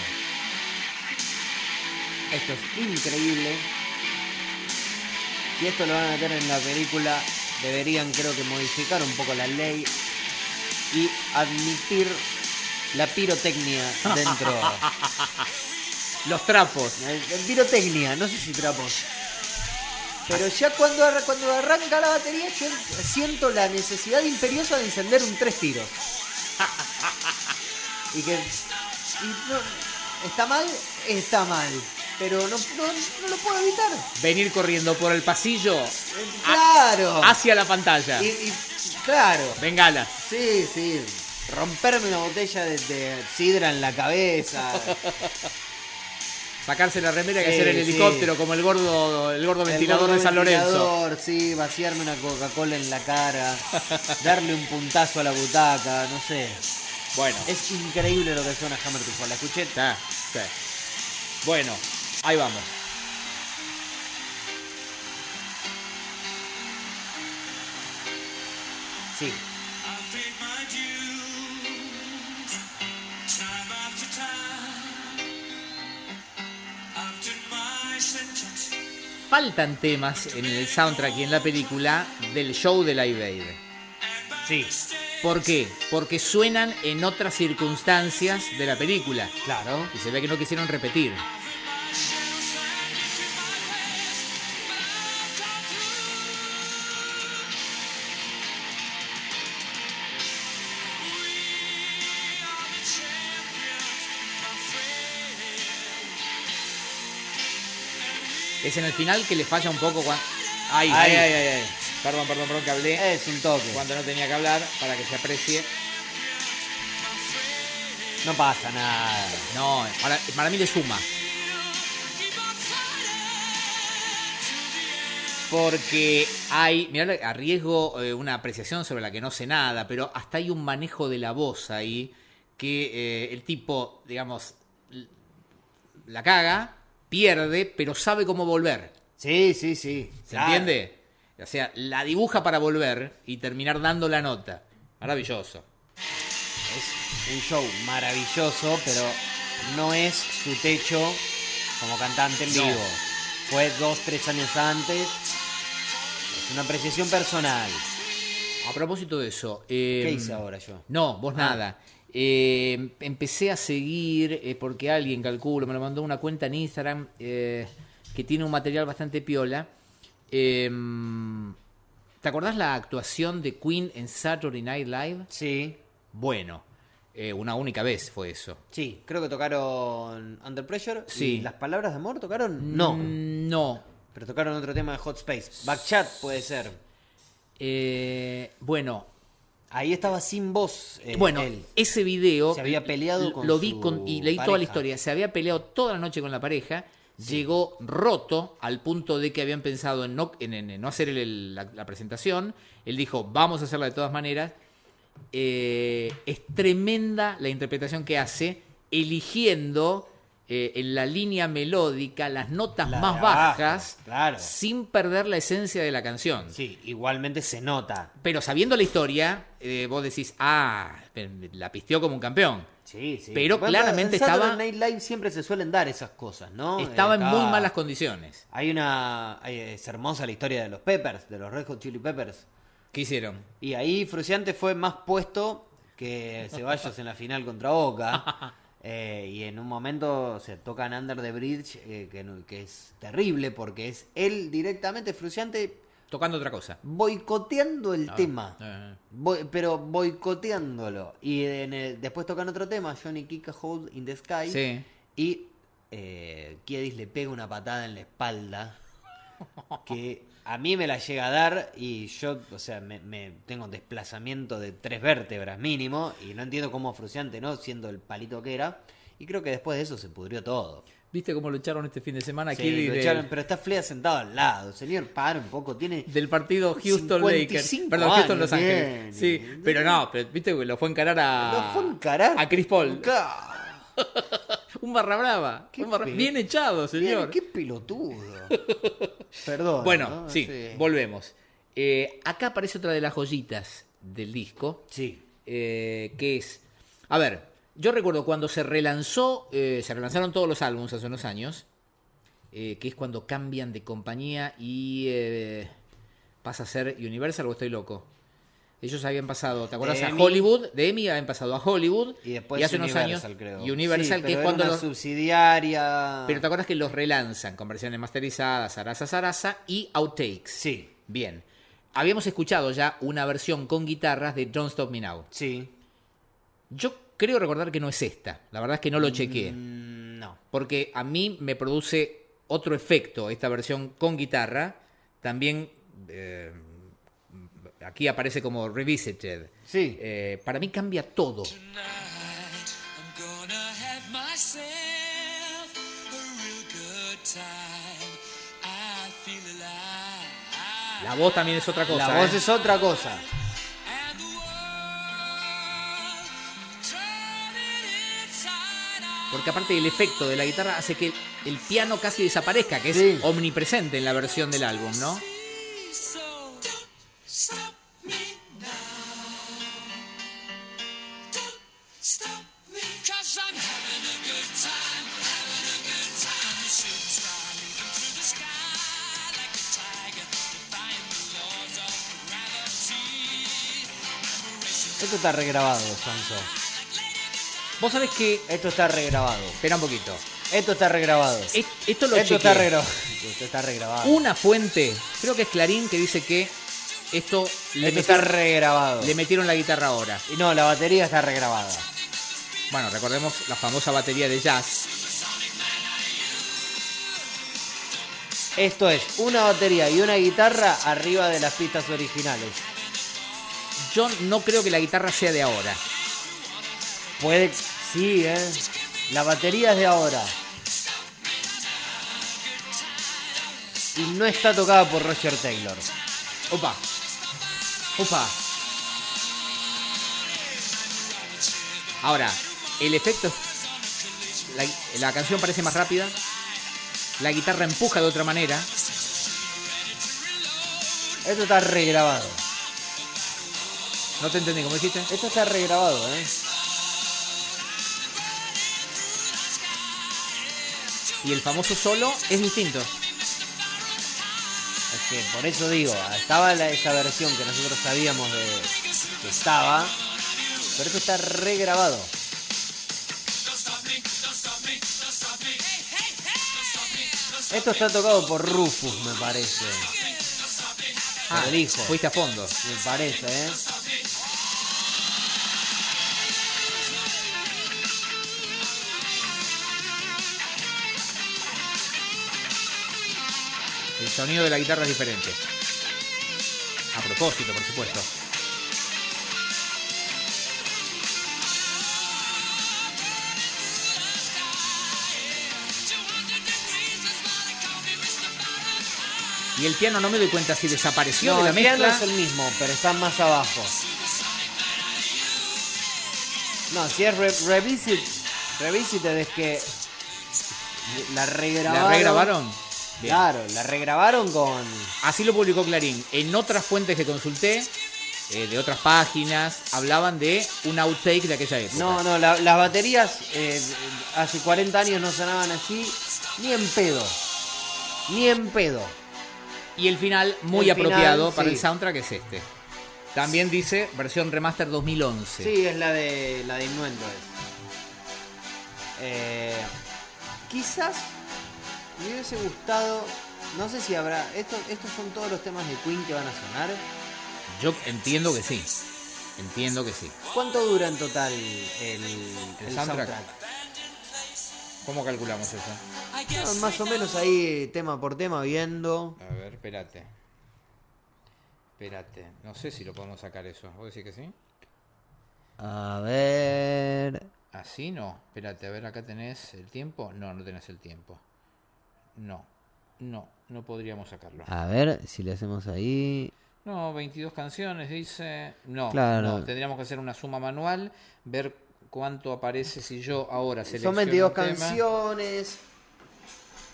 S2: Esto es increíble. Si esto lo van a meter en la película, deberían creo que modificar un poco la ley y admitir la pirotecnia dentro.
S1: los trapos.
S2: Eh, pirotecnia, no sé si trapos. Pero ya cuando, arra- cuando arranca la batería yo siento la necesidad imperiosa de encender un tres tiros. Y que... y no- ¿Está mal? Está mal. Pero no, no- no lo puedo evitar.
S1: Venir corriendo por el pasillo
S2: Eh, Claro.
S1: hacia la pantalla.
S2: Y- y- claro.
S1: Bengala.
S2: Sí, sí. Romperme una botella de, de sidra en la cabeza.
S1: Sacarse la remera y
S2: Sí,
S1: hacer el
S2: sí.
S1: helicóptero como el gordo, el gordo
S2: El
S1: ventilador
S2: gordo
S1: de San Lorenzo.
S2: ventilador, Sí, vaciarme una Coca-Cola en la cara, darle un puntazo a la butaca, no sé.
S1: Bueno.
S2: Es increíble lo que suena Hammer to Fall. La escuché.
S1: Está, está. Bueno, ahí vamos.
S2: Sí.
S3: I've paid my dues time after time. I've done my sentence.
S1: Faltan temas en el soundtrack y en la película del show de Live Aid.
S2: Sí.
S1: ¿Por qué? Porque suenan en otras circunstancias de la película.
S2: Claro.
S1: Y se ve que no quisieron repetir. Es en el final que le falla un poco cuando. Ahí, ahí.
S2: Ay, ay, Eh. ay, ay.
S1: Perdón, perdón, perdón que hablé
S2: Es un toque.
S1: cuando no tenía que hablar para que se aprecie.
S2: No pasa nada.
S1: No, para, para mí le suma. Porque hay, mirá, arriesgo eh, una apreciación sobre la que no sé nada, pero hasta hay un manejo de la voz ahí que eh, el tipo, digamos, l- la caga, pierde, pero sabe cómo volver.
S2: Sí, sí, sí.
S1: ¿Se
S2: Claro.
S1: entiende? O sea, la dibuja para volver y terminar dando la nota. Maravilloso.
S2: Es un show maravilloso, pero no es su techo como cantante en
S1: No.
S2: vivo. Fue dos, tres años antes. Es una apreciación personal.
S1: A propósito de eso.
S2: ¿Qué
S1: em,
S2: hice ahora yo?
S1: No, vos nada. Eh, empecé a seguir eh, porque alguien, calculo, me lo mandó una cuenta en Instagram eh, que tiene un material bastante piola. Em, ¿Te acordás la actuación de Queen en Saturday Night Live?
S2: Sí,
S1: Bueno, eh, una única vez fue eso.
S2: sí. Creo que tocaron Under Pressure.
S1: Sí.
S2: ¿Y las palabras de amor tocaron? No.
S1: Mm, No.
S2: Pero tocaron otro tema de Hot Space. Backchat puede ser.
S1: Eh, bueno,
S2: Ahí estaba sin voz. eh,
S1: bueno,
S2: él.
S1: ese video
S2: Se había peleado
S1: l-
S2: con
S1: lo vi
S2: su
S1: con- y leí toda la
S2: pareja.
S1: historia. Se había peleado toda la noche con la pareja, llegó roto al punto de que habían pensado en no, en- en- en no hacer el- el- la, la presentación. Él dijo, vamos a hacerla de todas maneras. Eh, es tremenda la interpretación que hace, eligiendo eh, en la línea melódica las notas
S2: La
S1: más
S2: baja,
S1: bajas,
S2: claro.
S1: sin perder la esencia de la canción.
S2: Sí, igualmente se nota.
S1: Pero sabiendo la historia, eh, vos decís, ah, la pisteó como un campeón.
S2: Sí, sí.
S1: Pero claramente
S2: en Saturday
S1: estaba-
S2: Night Live siempre se suelen dar esas cosas, ¿no?
S1: Estaba
S2: Eh,
S1: en muy malas condiciones.
S2: Hay una. hay- es hermosa la historia de los Peppers, de los Red Hot Chili Peppers.
S1: ¿Qué hicieron?
S2: Y ahí Fruciante fue más puesto que Ceballos en la final contra Boca. Eh, y en un momento se tocan Under the Bridge, eh, que, no- que es terrible porque es él directamente, Fruciante,
S1: Tocando otra cosa.
S2: boicoteando el tema.
S1: eh.
S2: Boi- pero boicoteándolo. Y en el- después tocan otro tema, Johnny Kika Hold in the Sky.
S1: Sí.
S2: Y eh, Kiedis le pega una patada en la espalda que a mí me la llega a dar y yo, o sea, me, me- tengo desplazamiento de tres vértebras mínimo y no entiendo cómo Fruciante, ¿no? Siendo el palito que era. Y creo que después de eso se pudrió todo.
S1: ¿Viste cómo lucharon este fin de semana?
S2: Sí,
S1: Aquí
S2: lo
S1: del,
S2: echaron, pero está Flea sentado al lado. Señor, para un poco. Tiene...
S1: del partido Houston Lakers.
S2: 55
S1: Perdón, Houston Los
S2: años
S1: Ángeles.
S2: tiene.
S1: Sí, pero no, pero, viste que lo fue a encarar a.
S2: Lo fue a encarar.
S1: A Chris Paul.
S2: Claro.
S1: Un barra brava.
S2: Qué
S1: un barra-
S2: pe-
S1: Bien echado, señor.
S2: Bien, Qué
S1: <laughs>
S2: pelotudo. Perdón.
S1: Bueno,
S2: ¿no?
S1: sí, volvemos. Eh, acá aparece otra de las joyitas del disco.
S2: Sí.
S1: eh, que es. A ver, yo recuerdo cuando se relanzó, eh, se relanzaron todos los álbumes hace unos años, eh, que es cuando cambian de compañía y eh, pasa a ser Universal o estoy loco. Ellos habían pasado, ¿te acuerdas?
S2: De
S1: A
S2: EMI.
S1: Hollywood, de EMI habían pasado a Hollywood
S2: Y después
S1: hace unos
S2: Universal,
S1: años
S2: creo.
S1: Universal, que
S2: Sí, pero
S1: es
S2: era
S1: cuando
S2: una
S1: los-
S2: subsidiaria.
S1: Pero te acuerdas que los relanzan con versiones masterizadas, zaraza, zaraza y outtakes.
S2: Sí,
S1: Bien. Habíamos escuchado ya una versión con guitarras de Don't Stop Me Now.
S2: sí.
S1: Yo creo recordar que no es esta. La verdad es que no lo chequeé.
S2: Mm, no.
S1: Porque a mí me produce otro efecto esta versión con guitarra. También eh, aquí aparece como revisited.
S2: Sí.
S1: Eh, para mí cambia todo.
S3: Tonight, I'm gonna have myself a real good time. I feel alive.
S1: La voz también es otra cosa.
S2: La voz
S1: ¿eh?
S2: es otra cosa.
S3: And the world, I'm turning inside out.
S1: Porque aparte del efecto de la guitarra hace que el piano casi desaparezca, que
S2: Sí.
S1: es omnipresente en la versión del álbum, ¿no?
S3: So don't stop me now. Don't stop me, cause I'm having a good time. Having a good time. You should try. Leaping through the sky like a tiger, defying the laws of gravity.
S2: Esto está regrabado, Sanso.
S1: Vos sabés que.
S2: Esto está regrabado.
S1: Espera un poquito.
S2: Esto está regrabado.
S1: Es- Esto lo chequeé.
S2: Esto está regrabado. <laughs> Esto está regrabado.
S1: una fuente, creo que es Clarín, que dice que esto le,
S2: Esto está
S1: metieron-
S2: regrabado.
S1: le metieron la guitarra ahora.
S2: Y no, la batería está regrabada.
S1: Bueno, recordemos la famosa batería de jazz.
S2: Esto es una batería y una guitarra arriba de las pistas originales.
S1: Yo no creo que la guitarra sea de ahora.
S2: Puede, sí, ¿eh? La batería es de ahora. Y no está tocada por Roger Taylor.
S1: Opa. Opa. Ahora, el efecto. La, la canción parece más rápida. La guitarra empuja de otra manera.
S2: Esto está regrabado.
S1: No te entendí, ¿cómo dijiste?
S2: Esto está regrabado, ¿eh?
S1: Y el famoso solo es distinto.
S2: Es que por eso digo, estaba la- esa versión que nosotros sabíamos de que estaba, pero esto está regrabado. Esto está tocado por Rufus, me parece.
S1: Ah,
S2: el hijo.
S1: Fuiste a fondo.
S2: Me parece, ¿eh?
S1: El sonido de la guitarra es diferente. A propósito, por supuesto. Y el piano no me doy cuenta si desapareció
S2: No,
S1: de la
S2: el piano
S1: mezcla.
S2: es el mismo, pero está más abajo. No, si es re- Revisit, Revisited es que la regrabaron.
S1: ¿La regrabaron? Bien.
S2: Claro, la regrabaron con...
S1: Así lo publicó Clarín. En otras fuentes que consulté, eh, de otras páginas, hablaban de un outtake de aquella época.
S2: No, no, la- las baterías eh, hace 40 años no sonaban así, ni en pedo, ni en pedo.
S1: Y el final, muy
S2: El final,
S1: apropiado para
S2: sí.
S1: el soundtrack, es este. También dice versión remaster 2011.
S2: Sí, es la de la de Innuendo. es. Eh, quizás me hubiese gustado. No sé si habrá. Esto, estos son todos los temas de Queen que van a sonar.
S1: Yo entiendo que sí. Entiendo que sí.
S2: ¿Cuánto dura en total el, el
S1: soundtrack?
S2: soundtrack?
S1: ¿Cómo calculamos eso?
S2: No, más o menos ahí tema por tema viendo.
S1: A ver, espérate. Espérate. No sé si lo podemos sacar eso. ¿Vos decís que sí?
S2: A ver.
S1: Así Ah, no. Espérate, a ver, acá tenés el tiempo. No, no tenés el tiempo. No. No, no podríamos sacarlo.
S2: A ver si le hacemos ahí.
S1: No, 22 canciones, dice. No,
S2: Claro.
S1: no, tendríamos que hacer una suma manual, ver cuánto aparece si yo ahora selecciono.
S2: Son 22
S1: un tema.
S2: canciones.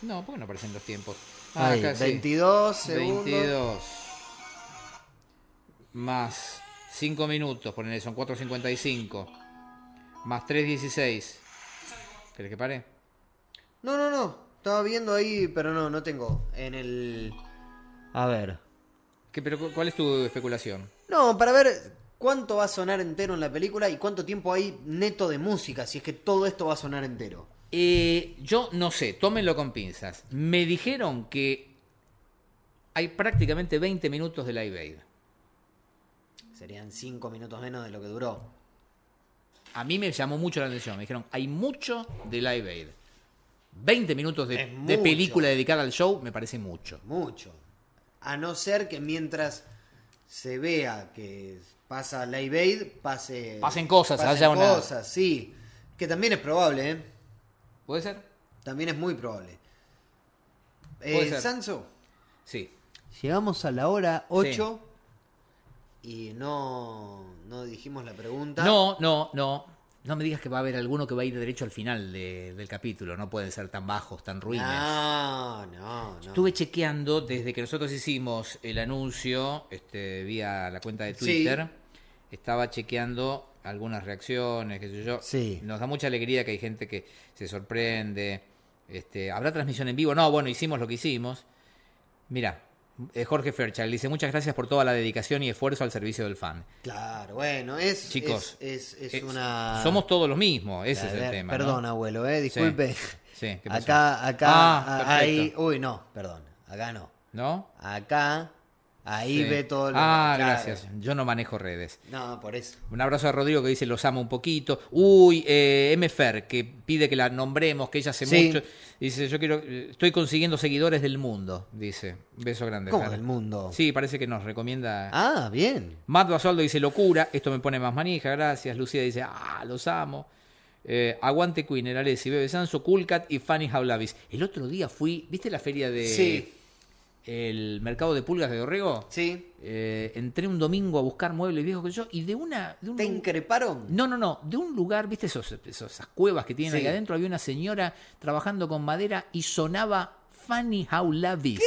S1: No, ¿por qué no aparecen los tiempos? Ah,
S2: Ahí,
S1: acá sí.
S2: 22 segundos.
S1: 22 más 5 minutos, ponele, son 4.55. Más 3.16. ¿Querés que pare?
S2: No, no, no. Estaba viendo ahí, pero no, no tengo. En el. A ver.
S1: ¿Qué, pero, cu- ¿Cuál es tu especulación?
S2: No, para ver cuánto va a sonar entero en la película y cuánto tiempo hay neto de música, si es que todo esto va a sonar entero.
S1: Eh, yo no sé, tómenlo con pinzas. Me dijeron que hay prácticamente 20 minutos de Live Aid.
S2: Serían 5 minutos menos de lo que duró.
S1: A mí me llamó mucho la atención. Me dijeron, hay mucho de Live Aid. 20 minutos de,
S2: Es
S1: de
S2: mucho.
S1: película dedicada al show me parece mucho.
S2: Mucho. A no ser que mientras se vea que pasa Live Aid, pase.
S1: Pasen cosas,
S2: pasen
S1: haya una-
S2: cosas, sí. Que también es probable, ¿eh?
S1: ¿Puede ser?
S2: También es muy probable.
S1: Puede
S2: Eh,
S1: ser.
S2: Sanso,
S1: Sí.
S2: llegamos a la hora 8 y no, no dijimos la pregunta.
S1: No, no, no. No me digas que va a haber alguno que va a ir derecho al final de- del capítulo. No pueden ser tan bajos, tan ruines.
S2: No, no, no.
S1: Estuve chequeando desde que nosotros hicimos el anuncio, este, vía la cuenta de
S2: Sí.
S1: Twitter, estaba chequeando algunas reacciones, qué sé yo.
S2: Sí.
S1: Nos da mucha alegría que hay gente que se sorprende. Este, ¿Habrá transmisión en vivo? No, bueno, hicimos lo que hicimos. Mira, eh, Jorge Fairchild dice, muchas gracias por toda la dedicación y esfuerzo al servicio del fan.
S2: Claro, bueno, es.
S1: Chicos,
S2: Es, es- es
S1: Eh,
S2: una.
S1: Somos todos los mismos, ese
S2: A
S1: es el
S2: ver,
S1: tema. ¿no?
S2: Perdón, abuelo, eh, disculpe.
S1: Sí, ¿qué pasó?
S2: <laughs> acá, acá,
S1: Ah,
S2: a- ahí.
S1: perfecto.
S2: Uy, no, perdón. Acá no.
S1: ¿No?
S2: Acá, Ahí
S1: Sí.
S2: ve todo lo
S1: Ah,
S2: claro.
S1: gracias. Yo no manejo redes.
S2: No, por eso.
S1: Un abrazo a Rodrigo que dice los amo un poquito. Uy, eh, M. Fer, que pide que la nombremos, que ella hace
S2: Sí.
S1: mucho. Dice, yo quiero, eh, estoy consiguiendo seguidores del mundo, dice. Beso grande.
S2: ¿Cómo
S1: Fer.
S2: del mundo?
S1: Sí, parece que nos recomienda.
S2: Ah, bien.
S1: Matt Basualdo dice locura, esto me pone más manija, gracias. Lucía dice, ah, los amo. Eh, aguante Queen, el Alessi, Bebe Sanso, Coolcat y Fanny Jaulavis. El otro día fui, ¿viste la feria de
S2: Sí.
S1: el mercado de pulgas de Dorrego?
S2: Sí.
S1: Eh, entré un domingo a buscar muebles viejos que yo y de una... De un,
S2: ¿Te increparon?
S1: no, no, no, de un lugar, ¿viste esos, esos- esas cuevas que tienen
S2: Sí.
S1: ahí adentro? Había una señora trabajando con madera y sonaba Fanny Jaulavis.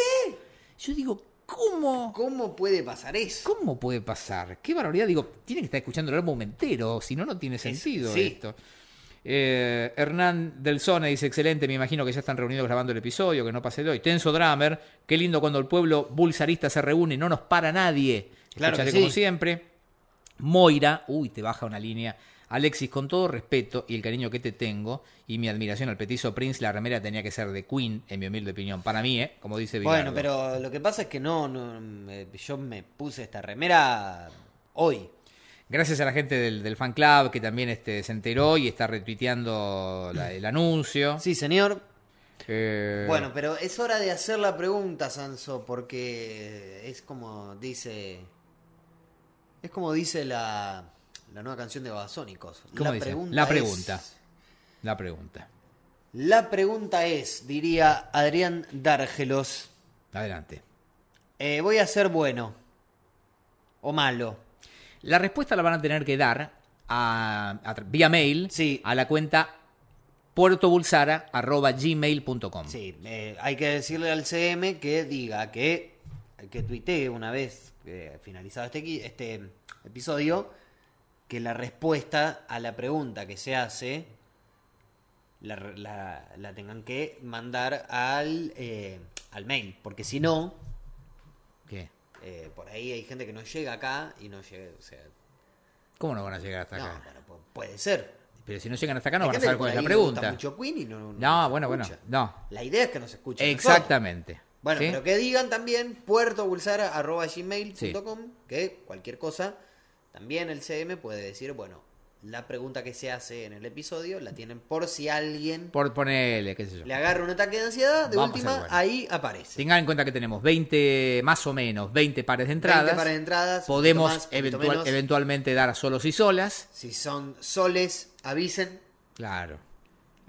S1: Yo digo, ¿cómo?
S2: ¿Cómo puede pasar eso?
S1: ¿Cómo puede pasar? Qué barbaridad. Digo, tiene que estar escuchando el álbum entero, si no, no tiene sentido
S2: sí.
S1: esto. Eh, Hernán del Zona dice, excelente, me imagino que ya están reunidos grabando el episodio, que no pase de hoy. Tenso Dramer, qué lindo cuando el pueblo bulsarista se reúne, no nos para nadie.
S2: Claro que
S1: Escucharé
S2: sí.
S1: como siempre. Moira, uy, te baja una línea. Alexis, con todo respeto y el cariño que te tengo y mi admiración al petizo Prince, la remera tenía que ser de Queen, en mi humilde opinión. Para mí, ¿eh? Como dice
S2: Bueno,
S1: Bilardo.
S2: pero lo que pasa es que no, no, me- yo me puse esta remera hoy.
S1: Gracias a la gente del, del fan club que también este, se enteró y está retuiteando la- el anuncio.
S2: Sí, señor.
S1: Ah. Eh,
S2: Bueno, pero es hora de hacer la pregunta, Sanso, porque es como dice. Es como dice la, la nueva canción de Babasónicos.
S1: ¿Cómo dice? La pregunta.
S2: es-
S1: La pregunta.
S2: la pregunta es, diría Adrián Dárgelos.
S1: Adelante.
S2: eh, voy a ser bueno. O malo.
S1: La respuesta la van a tener que dar a- a tra- vía mail
S2: Sí.
S1: a la cuenta puertobulsara.gmail.com.
S2: Sí, eh, hay que decirle al CM que diga que, que tuitee una vez eh, finalizado este, qui- este episodio que la respuesta a la pregunta que se hace la, re- la- la tengan que mandar al, eh, al mail, porque si no,
S1: ¿Qué?
S2: eh, por ahí hay gente que no llega acá y no llega, o sea,
S1: ¿Cómo no van a llegar hasta
S2: no,
S1: acá?
S2: bueno, pu- puede ser.
S1: Pero si no llegan hasta acá no
S2: Hay
S1: van a
S2: gente
S1: saber
S2: que
S1: cuál es la
S2: por ahí le gusta
S1: pregunta.
S2: mucho Queen y no- no
S1: No,
S2: nos
S1: bueno, bueno,
S2: escucha.
S1: no.
S2: La idea es que nos escuchen. nosotros.
S1: Exactamente.
S2: Bueno,
S1: ¿Sí?
S2: pero que digan también puertobulsara.gmail.com que cualquier cosa, también el CM puede decir, bueno, la pregunta que se hace en el episodio la tienen por si alguien
S1: Por ponerle, qué sé yo.
S2: le agarra un ataque de ansiedad, de
S1: Vamos a
S2: última,
S1: ser buenos.
S2: ahí aparece.
S1: Tengan en cuenta que tenemos 20, más o menos, 20 pares de entradas.
S2: 20 para entradas,
S1: Podemos
S2: poquito más, poquito
S1: eventual-
S2: menos.
S1: eventualmente dar solos y solas.
S2: Si son soles, avisen.
S1: Claro.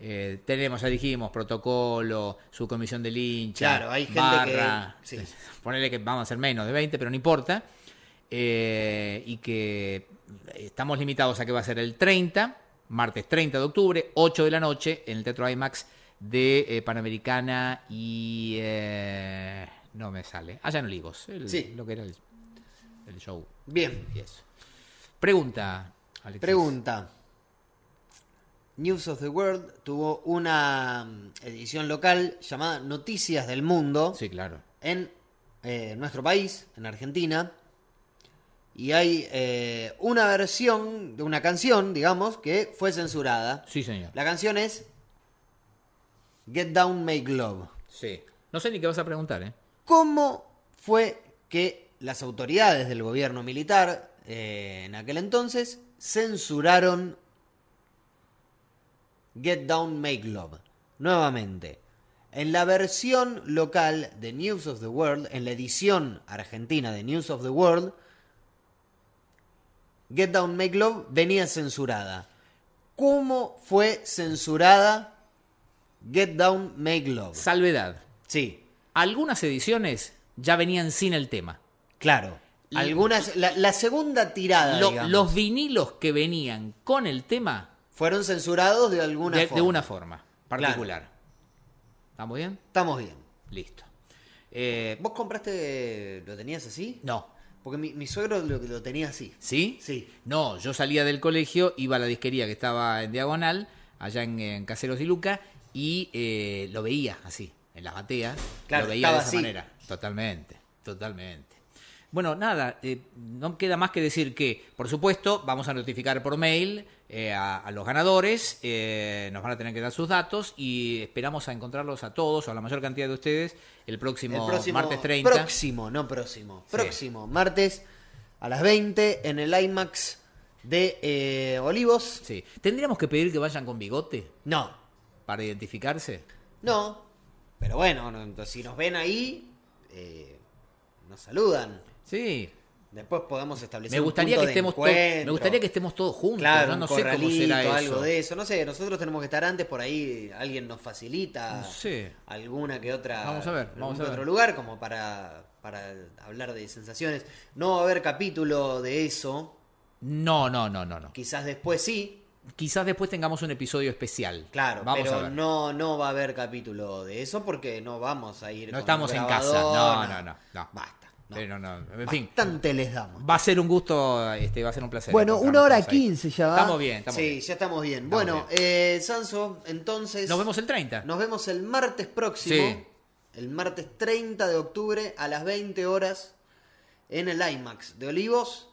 S1: Eh, tenemos, ya dijimos, protocolo, su comisión del hincha.
S2: Claro, hay gente
S1: barra.
S2: que- sí.
S1: <laughs> Ponele que vamos a ser menos de 20, pero no importa. Eh, y que estamos limitados a que va a ser el 30, martes 30 de octubre, 8 de la noche, en el Teatro IMAX de eh, Panamericana y... eh, no me sale. Allá en Olivos. el-
S2: Sí.
S1: Lo que era el, el show.
S2: Bien,
S1: Y eso. Pregunta, Alexis.
S2: pregunta. News of the World tuvo una mm, edición local llamada Noticias del Mundo.
S1: Sí, claro.
S2: en eh, nuestro país, en Argentina, y hay eh, una versión de una canción, digamos, que fue censurada.
S1: Sí, señor.
S2: La canción es Get Down, Make Love.
S1: Sí. No sé ni qué vas a preguntar, ¿eh?
S2: ¿Cómo fue que las autoridades del gobierno militar eh, en aquel entonces censuraron Get Down Make Love? Nuevamente, en la versión local de News of the World, en la edición argentina de News of the World, Get Down Make Love venía censurada. ¿Cómo fue censurada Get Down Make Love?
S1: Salvedad.
S2: Sí.
S1: Algunas ediciones ya venían sin el tema.
S2: Claro. Algunas, la, la segunda tirada,
S1: Lo-
S2: Ah, digamos,
S1: los vinilos que venían con el tema
S2: fueron censurados de alguna
S1: de, de
S2: forma.
S1: una forma particular. ¿Estamos bien?
S2: Estamos bien.
S1: Listo. Eh,
S2: ¿Vos compraste, lo tenías así?
S1: no.
S2: Porque mi, mi suegro lo, lo tenía así.
S1: ¿Sí?
S2: Sí.
S1: No, yo salía del colegio, iba a la disquería que estaba en Diagonal, allá en, en Caseros y Luca, y eh, lo veía así, en la batea.
S2: Claro,
S1: lo veía de
S2: estaba
S1: esa
S2: así.
S1: manera. Totalmente, totalmente. Bueno, nada, eh, no queda más que decir que, por supuesto, vamos a notificar por mail eh, a, a los ganadores, eh, nos van a tener que dar sus datos y esperamos a encontrarlos a todos o a la mayor cantidad de ustedes el próximo,
S2: El próximo,
S1: martes 30.
S2: Próximo, no próximo. Próximo, martes a las 20 en el IMAX de eh, Olivos.
S1: Sí. ¿Tendríamos que pedir que vayan con bigote
S2: No,
S1: para identificarse?
S2: no. Pero bueno, no, entonces, si nos ven ahí, eh, nos saludan.
S1: Sí.
S2: Después podemos establecer
S1: Me gustaría,
S2: un
S1: que
S2: punto de
S1: estemos to- me
S2: encuentro.
S1: gustaría que estemos todos juntos.
S2: Claro,
S1: ¿no? No
S2: un
S1: sé cómo
S2: corralito,
S1: será eso.
S2: algo de eso. No sé, nosotros tenemos que estar antes, por ahí alguien nos facilita
S1: No sé.
S2: alguna que otra.
S1: Vamos a ver,
S2: algún
S1: vamos a
S2: que
S1: ver.
S2: otro lugar como para, para hablar de sensaciones. No va a haber capítulo de eso,
S1: No, no, no, no, no.
S2: quizás después sí,
S1: Quizás después tengamos un episodio especial.
S2: claro,
S1: Vamos a
S2: pero
S1: ver.
S2: no no va a haber capítulo de eso porque no vamos a ir
S1: No
S2: con
S1: estamos
S2: un
S1: en casa. No,
S2: grabador,
S1: no, no. no.
S2: Basta. no.
S1: Pero no, no. En fin,
S2: Bastante les damos.
S1: va a ser un gusto, este, va a ser un placer.
S4: Bueno,
S1: encontrarnos
S4: una hora
S1: todos ahí.
S4: quince ya va.
S1: Estamos bien, estamos
S2: sí,
S1: bien.
S2: ya estamos bien.
S1: Estamos
S2: bueno, eh, Sanso, entonces...
S1: Nos vemos el 30.
S2: Nos vemos el martes próximo.
S1: Sí.
S2: El martes 30 de octubre a las 20 horas en el IMAX de Olivos.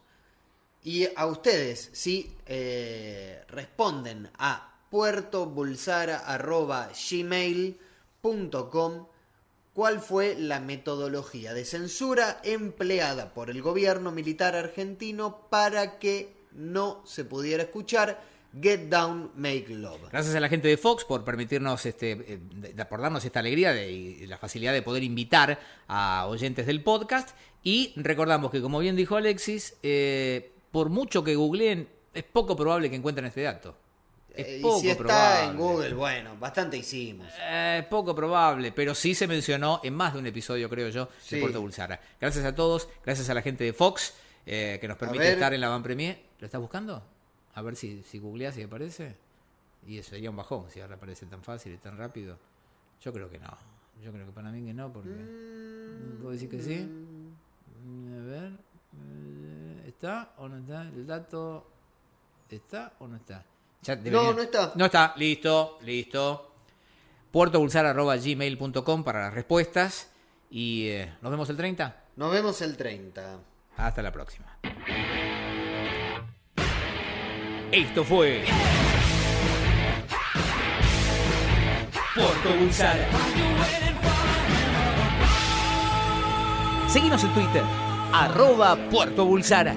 S2: Y a ustedes, si eh, responden a puertobulsara.gmail.com cuál fue la metodología de censura empleada por el gobierno militar argentino para que no se pudiera escuchar Get Down, Make Love.
S1: Gracias a la gente de Fox por permitirnos, este, eh, de- por darnos esta alegría de- y la facilidad de poder invitar a oyentes del podcast. Y recordamos que, como bien dijo Alexis, eh, por mucho que googleen, es poco probable que encuentren este dato. Es
S2: Eh,
S1: poco
S2: y si está
S1: probable.
S2: en Google, bueno, bastante hicimos.
S1: Eh, poco probable, pero sí se mencionó en más de un episodio, creo yo,
S2: Sí.
S1: de Puerto Bulsara. Gracias a todos, gracias a la gente de Fox, eh, que nos permite
S2: ver.
S1: estar en la Van Premier. ¿Lo estás buscando? A ver si, si googleás y aparece. Y eso sería un bajón, si ahora aparece tan fácil y tan rápido. Yo creo que no. Yo creo que para mí que no, porque... ¿Puedo decir que sí? Mm, A ver... eh, ¿Está o no está? ¿El dato está o no está? Ya debería-
S2: no está.
S1: No está, listo, listo puertobulsar.gmail.com para las respuestas. Y eh, nos vemos el 30.
S2: Nos vemos el 30.
S1: Hasta la próxima.
S5: Esto fue Puerto Bulsara. Seguimos en Twitter, arroba Puerto Bulsara.